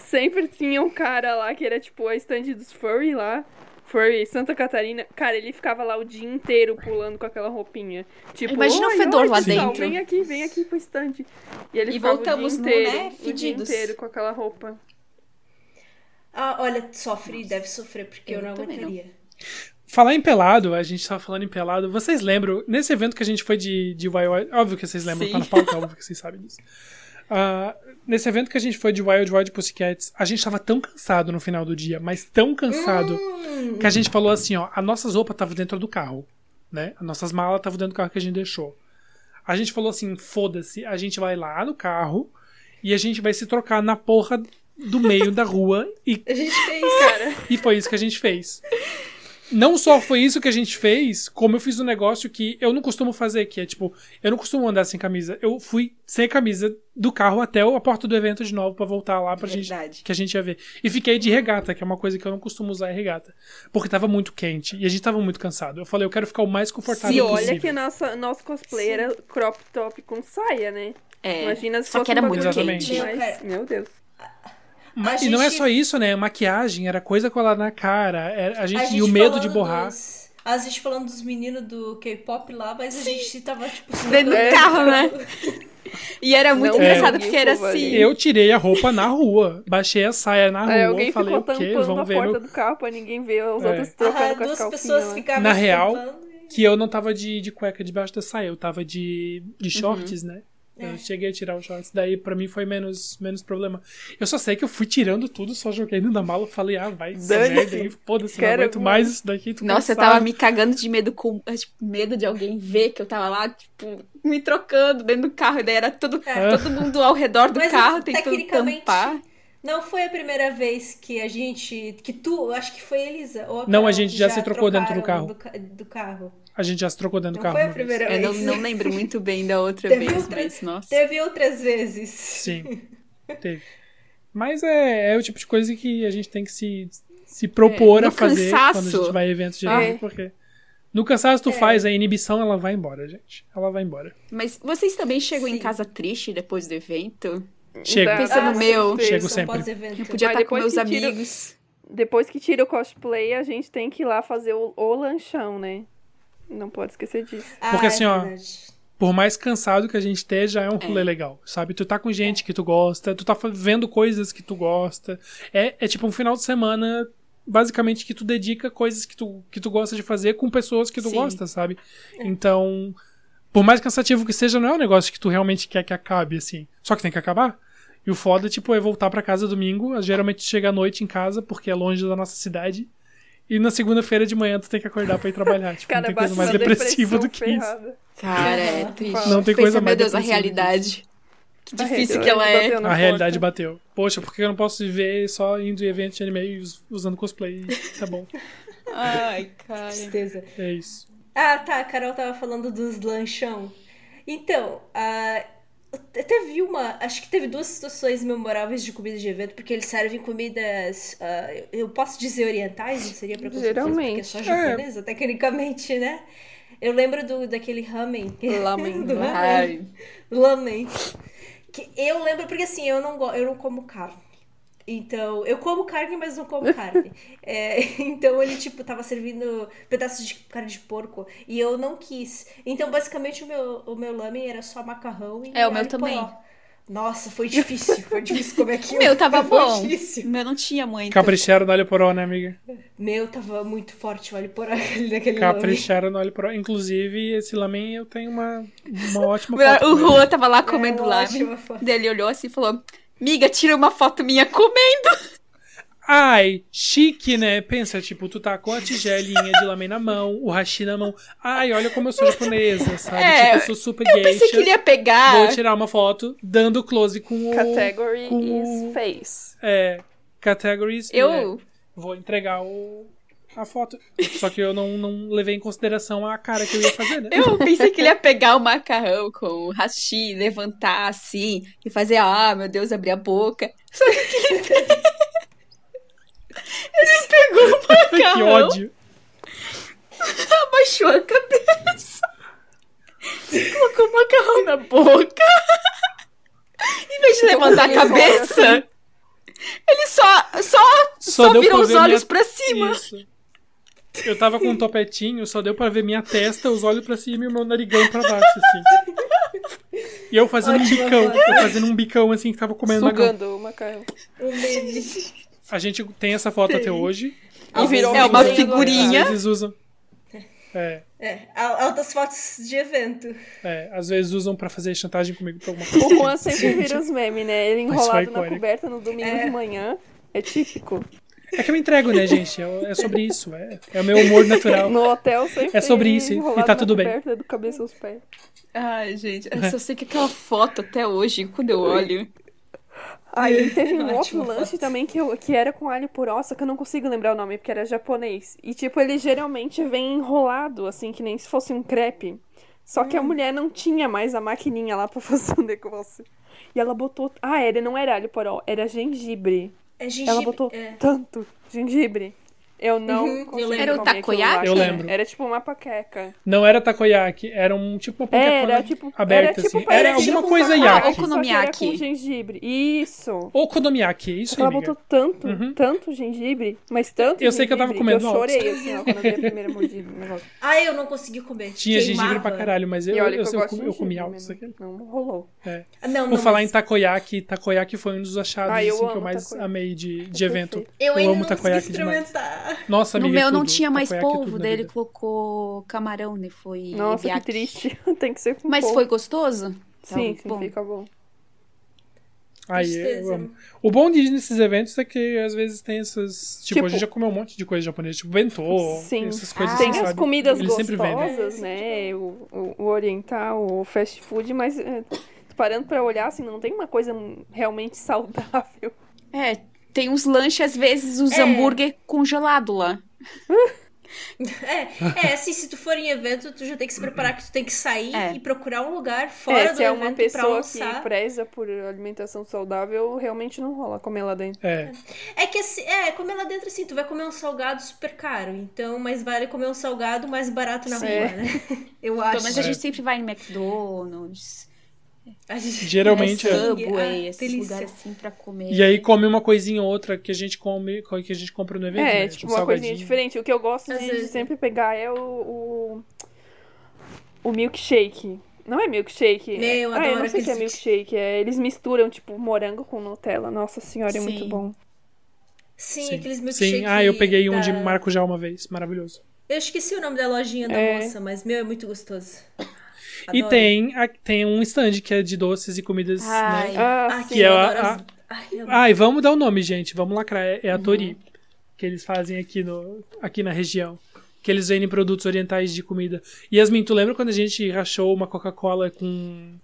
sempre tinha um cara lá que era tipo a stand dos furry lá. Furry Santa Catarina. Cara, ele ficava lá o dia inteiro pulando com aquela roupinha. Tipo,
Imagina o
"Oi,
fedor
oi,
lá
pessoal,
dentro."
Vem aqui, vem aqui pro stand. E ele
E
ficava
voltamos
o
no,
dia inteiro,
né,
o dia
fedidos.
inteiro com aquela roupa.
Ah, olha, sofre, deve sofrer, porque eu,
Eu
não
também não.
aguentaria.
Falar em pelado, a gente tava falando em pelado. Vocês lembram, nesse evento que a gente foi de, de Wild óbvio que vocês lembram,
Sim.
tá na pauta, óbvio que vocês sabem disso. Ah, nesse evento que a gente foi de Wild Wild Pussycats, a gente tava tão cansado no final do dia, mas tão cansado, que a gente falou assim, ó, as nossas roupas estavam dentro do carro, né? As nossas malas estavam dentro do carro que a gente deixou. A gente falou assim, foda-se, a gente vai lá no carro e a gente vai se trocar na porra do meio da rua e
A gente fez.
e foi isso que a gente fez. Não só foi isso que a gente fez, como eu fiz um negócio que eu não costumo fazer, que é tipo, eu não costumo andar sem camisa. Eu fui sem camisa do carro até a porta do evento de novo pra voltar lá pra gente,
Verdade.
que a gente ia ver. E fiquei de regata, que é uma coisa que eu não costumo usar é regata, porque tava muito quente e a gente tava muito cansado. Eu falei, eu quero ficar o mais confortável
E
possível.
olha que nossa, nosso cosplay era crop top com saia, né?
É.
Imagina se
Só
fosse
que era
um
muito
bagulho
quente.
Meu,
mas-
cara.
meu Deus.
Ma-
A
E não é
gente-
só isso, né? Maquiagem, era coisa colada na cara, era- a gente,
A
e
gente
o medo
falando
de borrar.
dos- ah, A gente falando dos meninos do K-pop lá, mas a gente tava, tipo... se
Dentro do
tocando.
carro, né? E era muito
Não
engraçado,
é.
porque era assim.
Eu tirei a roupa na rua, baixei a saia na rua,
Aí É, alguém
falei
ficou
o quê?
tampando
Vamos
a
ver
porta
meu...
do carro pra ninguém ver os
É.
outros
Ah,
trocando com as
duas
calcinhas.
pessoas
lá.
ficavam
Na real,
escapando.
que eu não tava de, de cueca debaixo da saia, eu tava de,
Uhum.
de shorts, né?
É.
Eu cheguei a tirar os shorts, daí pra mim foi menos, menos problema. Eu só sei que eu fui tirando tudo, só joguei dentro da mala, falei, ah, vai, essa
Dane-se.
merda aí, foda-se, não
Quero
aguento mais isso daqui. tô
Nossa, eu
cansado.
tava me cagando de medo com eh, tipo, medo de alguém ver que eu tava lá, tipo, me trocando dentro do carro. E daí era todo,
É.
Ah,
todo mundo ao redor do
Mas,
carro tentando
tecnicamente,
tampar.
Não foi a primeira vez que a gente. Que tu, acho que foi a Elisa. Ou
Não, a
Carol,
gente
que
já se trocou dentro do
trocaram Do,
carro.
ca- do carro.
A gente já se trocou dentro do
Não
carro.
foi a
uma vez.
primeira
Eu
vez.
É, não, não lembro muito bem da outra
é Teve
vez,
outra-
mas nossa.
*laughs* Teve outras vezes.
*laughs*
Sim, teve. Mas é, é o tipo de coisa que a gente tem que se, se propor
É, no
a fazer quando a
cansaço.
gente vai a eventos de
Ah,
anime,
é.
porque no cansaço tu
É.
faz, a inibição ela vai embora, gente. Ela vai embora.
Mas vocês também chegam em
Sim.
casa triste depois do evento?
Então,
Chego.
Ah,
Pensando, meu,
sim,
chego
são
sim.
sempre.
pós-evento.
Eu podia
Aí
estar com
depois
meus
que tira-
amigos.
Depois que tira o cosplay, a gente tem que ir lá fazer o, o lanchão, né? Não pode esquecer disso.
Ah,
Porque
é
assim, ó,
verdade.
Por mais cansado que a gente esteja, é um rolê legal, sabe? Tu tá com
É.
gente que tu gosta, tu tá fa- vendo coisas que tu gosta. É, é tipo um final de semana, basicamente, que tu dedica coisas que tu, que tu gosta de fazer com pessoas que tu
Sim.
É.
gosta, sabe? Então, Por mais cansativo que seja, não é um negócio que tu realmente quer que acabe, assim. Só que tem que acabar. E o foda, tipo, é voltar pra casa domingo. Geralmente chega à noite em casa, porque é longe da nossa cidade. E na segunda-feira de manhã tu tem que acordar pra ir
*laughs*
trabalhar. Tipo, não
Cara,
tem
bate
coisa mais
uma
depressiva
depressão *laughs*
do que isso.
ferrada.
Cara, é
Não
triste.
tem
Pensa,
coisa
meu
mais
Deus, a
depressiva do que
realidade. Que
Bateu,
difícil que ela é.
bateu na
A realidade
porta.
bateu. Poxa, por que eu não posso viver só indo em evento de anime e us- usando cosplay? Tá bom,
Ai,
*laughs*
cara.
Tristeza.
é isso.
Ah, tá, a Carol tava falando dos lanchão. Então, ah, teve uma. Acho que teve duas situações memoráveis de comida de evento, porque eles servem comidas. ah, eu posso dizer orientais? Não seria pra português, Porque é só
Geralmente. É.
japonesa, tecnicamente, né? Eu lembro do, daquele ramen.
Lamen,
do
né?
ramen.
Ai.
Lamen. Que eu lembro, porque assim, eu não, go- eu não como carne. Então, eu como carne, mas não como
*laughs*
carne. É, *laughs* então, ele, tipo, tava servindo pedaços de carne de porco e eu não quis. Então, basicamente, o meu, o meu lamen era só macarrão e
É, o meu
alho
também.
poró. Nossa, foi difícil. Foi difícil comer
*laughs*
aquilo.
Meu,
*laughs*
tava
foi
bom.
difícil.
Meu não tinha muito.
Capricharam no alho poró, né, amiga?
Meu, tava muito forte o alho poró ali naquele lamen.
Capricharam no alho poró. Inclusive, esse lamen eu tenho uma, uma
*laughs*
ótima
Melhor,
foto.
O
dele.
Juan tava lá comendo
É,
lá.
ótima foto.
Daí ele olhou assim e falou: Miga, tira uma foto minha comendo.
Ai, chique, né? Pensa, tipo, tu tá com a tigelinha de lamen na mão, o hashi na mão. Ai, olha como eu sou japonesa, sabe?
É,
tipo, eu sou super
Eu pensei que ele
geisha.
ia pegar.
Vou tirar uma foto dando close com o...
Category
com o-
is face.
É, categories. né?
Eu.
Vou entregar o... A foto. Só que eu não, não levei em consideração a cara que eu ia fazer, né?
Eu pensei que ele ia pegar o macarrão com o hashi, levantar assim e fazer, ah, meu Deus, abrir a boca. Só que ele, *laughs* pe- ele pegou o macarrão,
*laughs* que ódio.
abaixou a cabeça, colocou o macarrão na boca. Em vez de levantar a cabeça, ele só, só,
Só
só,
deu
virou
pra
os
ver a
olhos
minha-
pra cima.
Isso. Eu tava com um topetinho, só deu pra ver minha testa, os olhos pra cima e o meu narigão pra baixo, assim. E eu fazendo
Ótima
um bicão,
foto.
eu fazendo um bicão, assim, que tava comendo macarrão.
Sugando o macarrão.
Um meme.
A gente tem essa foto até hoje.
E virou
É uma
Sim,
figurinha.
Às vezes usam... É,
É, al- altas fotos de evento.
é, às vezes usam pra fazer chantagem comigo pra alguma coisa.
O Juan sempre vira os memes, né? Ele
Mas foi
enrolado na
icônico.
coberta no domingo
É.
de manhã. É típico.
É que eu me entrego, né, gente? É, é sobre isso. É, é o meu humor natural.
No hotel sempre.
É sobre
ele
isso, e
enrolado
tá tudo
na
bem.
coberta do cabeça aos pés.
Ai, gente,
É.
eu só sei que aquela foto até hoje, quando eu olho.
*laughs*
Aí teve um outro
Ótima
lanche
foto.
também que, eu, que era com alho poró, só que eu não consigo lembrar o nome, porque era japonês. E, tipo, ele geralmente vem enrolado, assim, que nem se fosse um crepe. Só
Hum.
que a mulher não tinha mais a maquininha lá pra *laughs* fazer o negócio. E ela botou. Ah, era, não era alho poró, era gengibre.
É gengibre.
Ela botou
é.
tanto gengibre. Eu não
Uhum, eu
consegui
lembro.
comer
Era o
aquilo lá,
takoyaki?
Eu
cara.
lembro.
Era tipo uma paqueca.
Não era takoyaki, era um tipo uma panqueca
Era tipo,
aberta,
era, tipo
assim. Era
parecido
alguma
com
coisa
takoyaki,
yaki.
só que
Okonomiyaki.
Era com gengibre. Isso.
Okonomiyaki, é
Só
isso
que
aí,
ela
amiga?
botou tanto,
Uhum.
tanto gengibre, mas tanto
Eu sei que eu tava
gengibre
comendo
Eu chorei, assim, ó, quando eu vi a primeira mordida. no negócio.
Ah, eu não consegui comer.
Tinha
Queimava.
gengibre pra caralho, mas eu,
E olha
eu,
que
sei,
eu,
eu,
gosto
comi-
de
eu comi
gengibre,
alto
mas
isso aqui.
Não rolou.
Não, não,
Por falar
mas
em takoyaki, takoyaki foi um dos achados
Ah, eu
assim, que eu
amo
mais
takoyaki.
amei de, de
É
evento.
perfeito.
Eu, ainda
amo
não consegui
takoyaki demais.
experimentar.
Nossa,
No
amiga,
meu
é
não
tudo.
tinha mais
Takoyaki é tudo
polvo,
na
daí ele
vida.
colocou camarão, né? Foi
Nossa, que
teriyaki.
triste. *laughs* Tem que ser com
Mas
pouco.
foi gostoso?
Sim,
Tá
sim,
bom.
fica bom.
Aí, eu
Tristeza.
amo. O bom de ir nesses eventos é que às vezes tem essas. Tipo,
Tipo-
a gente já comeu um monte de coisa japonesa, tipo bentô,
Sim.
essas coisas. assim,
Ah,
Tem
sabe?
as comidas
Eles sempre vendem.
gostosas, né? O, o- o oriental, o fast food, mas é, parando pra olhar, assim, não tem uma coisa realmente *laughs* saudável.
É, tem uns lanches, às vezes, os
É.
hambúrguer congelado lá.
É, é, assim, se tu for em evento, tu já tem que se preparar que tu tem que sair
É.
e procurar um lugar fora
é,
do
se é uma
evento pra
pessoa que
almoçar.
preza por alimentação saudável, realmente não rola comer lá dentro.
É.
É que assim, é, comer lá dentro assim, tu vai comer um salgado super caro, então mais vale comer um salgado mais barato na
Sim.
rua,
*laughs*
né? Eu acho.
Pelo menos a
É.
gente sempre vai no McDonald's,
A gente-
*laughs* Geralmente
É,
é.
Subway,
Ah,
esses
delícia.
lugares assim pra comer.
E aí come uma coisinha ou outra que a gente come, que a gente compra no evento.
É,
né?
tipo, uma coisinha
salgadinho.
diferente. O que eu gosto
Às
de,
vezes.
de sempre pegar é o, o. o milkshake. Não é milkshake. é-
Meu, eu
ah, eu
adoro
não sei se é
aqueles-
milkshake. É, eles misturam, tipo, morango com Nutella. Nossa senhora, é muito
Sim.
bom.
Sim,
Sim.
aqueles milkshake.
Sim, ah, eu peguei um
da-
de maracujá uma vez, maravilhoso.
Eu esqueci o nome da lojinha da
É.
moça, mas meu, é muito gostoso.
E
Adoro.
tem, a- tem um stand que é de doces e comidas,
Ai.
né?
Ah,
Ah,
sim.
que é
eu
a-
adoro as-
a-
Ai, eu-
Ai, vamos dar o nome, gente. Vamos lacrar. É,
Uhum.
é a Tori. Que eles fazem aqui, no, aqui na região. Que eles vendem produtos orientais de comida. Yasmin, tu lembra quando a gente rachou uma Coca-Cola com,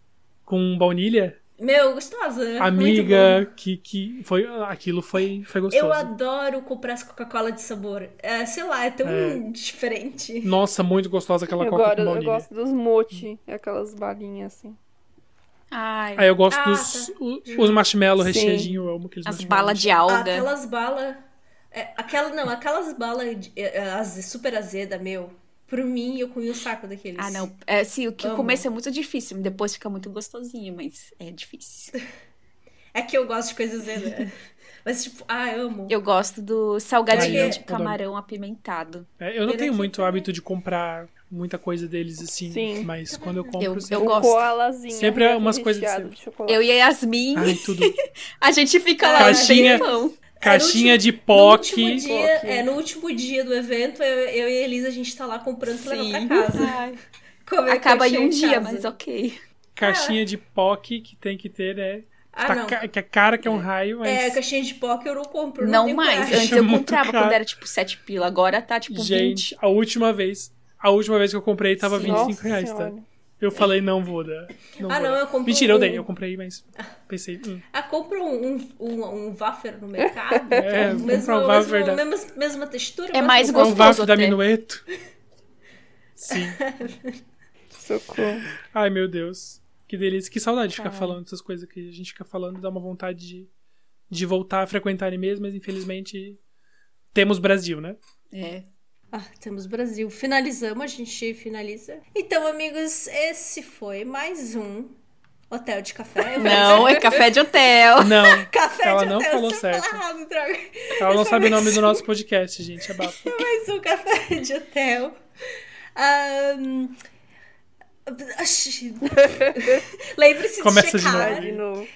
com baunilha?
Meu, gostosa. É, muito
Amiga, que, que foi, aquilo foi, foi
bom. Eu
gostoso.
adoro comprar as Coca-Cola de sabor. É, sei lá, é tão diferente.
Nossa, muito gostosa aquela
Eu,
Coca
gosto,
com
eu
baunilha.
gosto dos mochi, aquelas balinhas assim.
Ai,
Aí eu gosto
Ah,
dos o- os marshmallows
Sim.
recheadinhos, eu amo aqueles
as
marshmallows.
balas de Ah, alga.
Aquelas balas. aquela, não, aquelas balas é, super azeda, meu. Por mim, eu comi o saco daqueles.
Ah, não. É, sim, o que o
Amo.
começo é muito difícil, depois fica muito gostosinho, mas é difícil.
É que eu gosto de coisa
*laughs*
azeda. Mas, tipo, ah, amo.
Eu gosto do salgadinho
Ai, eu
de
adoro.
camarão apimentado.
É, eu não
Pera
tenho
aqui
muito
também.
hábito de comprar muita coisa deles assim,
Sim.
mas quando eu compro, assim,
Eu- eu
sempre-
gosto.
Coalazinha. né?
Sempre é umas coisas
recheado
assim.
de chocolate.
Eu e a Yasmin,
Ai, tudo.
a gente fica lá
Caixinha-
um tempão.
Caixinha de
No último,
POC.
dia,
Poc.
é, no último dia do evento, eu, eu e a Elisa, a gente tá lá comprando pra levar
Sim.
pra casa.
Ai,
Comer
acaba em
coxinha
um
casa.
dia, mas ok.
Caixinha de POC que tem que ter, né?
Ah,
Tá
não.
ca- que é cara que é um raio, mas.
É, caixinha de pó que eu não compro.
Não,
tenho
mais.
coragem.
Antes eu
Muito
comprava
caro.
quando era tipo 7 pila, agora tá tipo 20.
Gente, a última vez. A última vez que eu comprei tava
Sim.
25
Nossa
reais, tá?
Senhora.
Eu falei, não vou dar. Não
Ah,
vou
não,
dar.
eu compro
Mentira, eu
um-
dei, eu comprei, mas pensei. hum.
Ah, compra um, um, um, um wafer no mercado.
*laughs* É,
mesmo,
compra um wafer
mesmo-
da-
mesma, mesma textura.
É
mesmo
mais
É
gosto.
um
Gostoso
bafo da
até.
*laughs*
Minueto. Sim.
Socorro.
Ai, meu Deus. Que delícia. Que saudade de ficar falando essas coisas que a gente fica falando. Dá uma vontade de, de voltar a frequentar e-mails, mas infelizmente temos Brasil, né?
É.
Ah, temos Brasil. Finalizamos, a gente finaliza. Então, amigos, esse foi mais um Hotel de Café. Eu
Não, é café de hotel. *laughs*
Não,
*laughs* Café
Ela
de
não
hotel,
falou
você
certo.
fala errado, droga. *laughs*
ela não sabe o nome do nosso podcast, gente. É bafo.
Mais um café de hotel. Ahn, *laughs* Lembre-se
Começa
de
de
checar.
Vai de novo.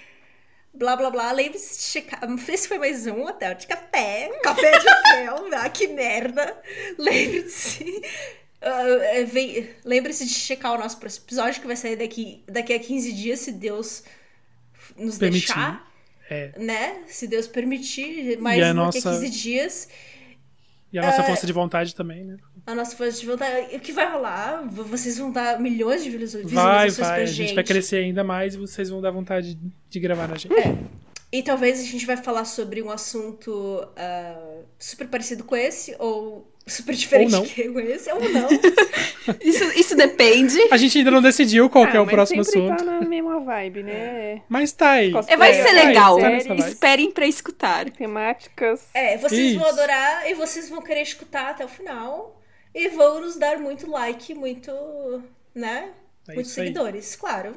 Blá blá blá. Lembre-se de checar. Esse foi mais um hotel de café. Café de hotel. *laughs* ah, que merda. Lembre-se. ah, é, vem- Lembre-se de checar o nosso próximo episódio que vai sair daqui, daqui a 15 dias, se Deus nos
Permitir.
deixar
É.
né? Se Deus permitir, mais um
a
daqui a
nossa-
15 dias,
E a
É.
nossa força de vontade também, né?
a nossa força de vontade. O que vai rolar? V- Vocês vão dar milhões de visualiza-
Vai,
visualizações
vai.
pra
A gente vai crescer ainda mais e vocês vão dar vontade de gravar na gente.
E talvez a gente vai falar sobre um assunto ah, super parecido com esse, ou *laughs* super diferente
não.
que com esse, ou não.
Isso, isso depende.
A gente ainda não decidiu qual que é
Ah,
o
mas
próximo
sempre
assunto.
tá na mesma vibe, né? É,
Mas tá aí.
Cos-
É, vai
É,
ser
vai,
legal.
tá
nessa vibe.
Esperem pra escutar.
Temáticas.
é, vocês vão
Isso.
adorar e vocês vão querer escutar até o final. E vão nos dar muito like, muito, né?
É
Muitos
isso aí.
seguidores, claro.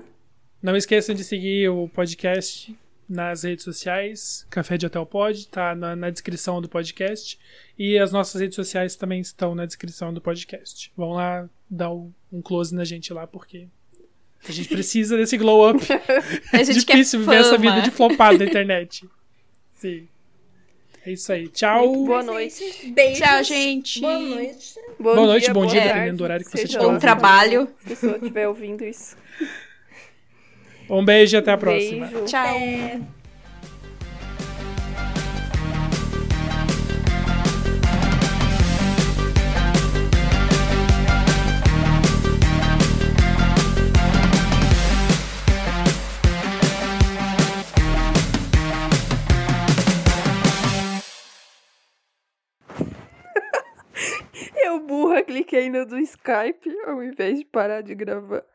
Não esqueçam de seguir o podcast nas redes sociais, Café de Hotel Pod, tá na, na descrição do podcast. E as nossas redes sociais também estão na descrição do podcast. Vão lá dar um, um close na gente lá, porque a gente precisa desse glow up.
A
É
gente
difícil
quer
viver essa vida
fama.
de flopado da internet. Sim. É isso aí. Tchau.
Muito Boa
Mas é
noite.
isso. Beijos.
Tchau, gente.
Boa noite.
Bom
Boa noite, bom
boa
dia,
tarde,
dependendo do horário que você
seja
estiver
lá
Bom
quando
Um trabalho.
a pessoa estiver ouvindo isso.
Um beijo e até a próxima.
Beijo.
Tchau.
É.
Eu burra cliquei no do Skype ao invés de parar de gravar.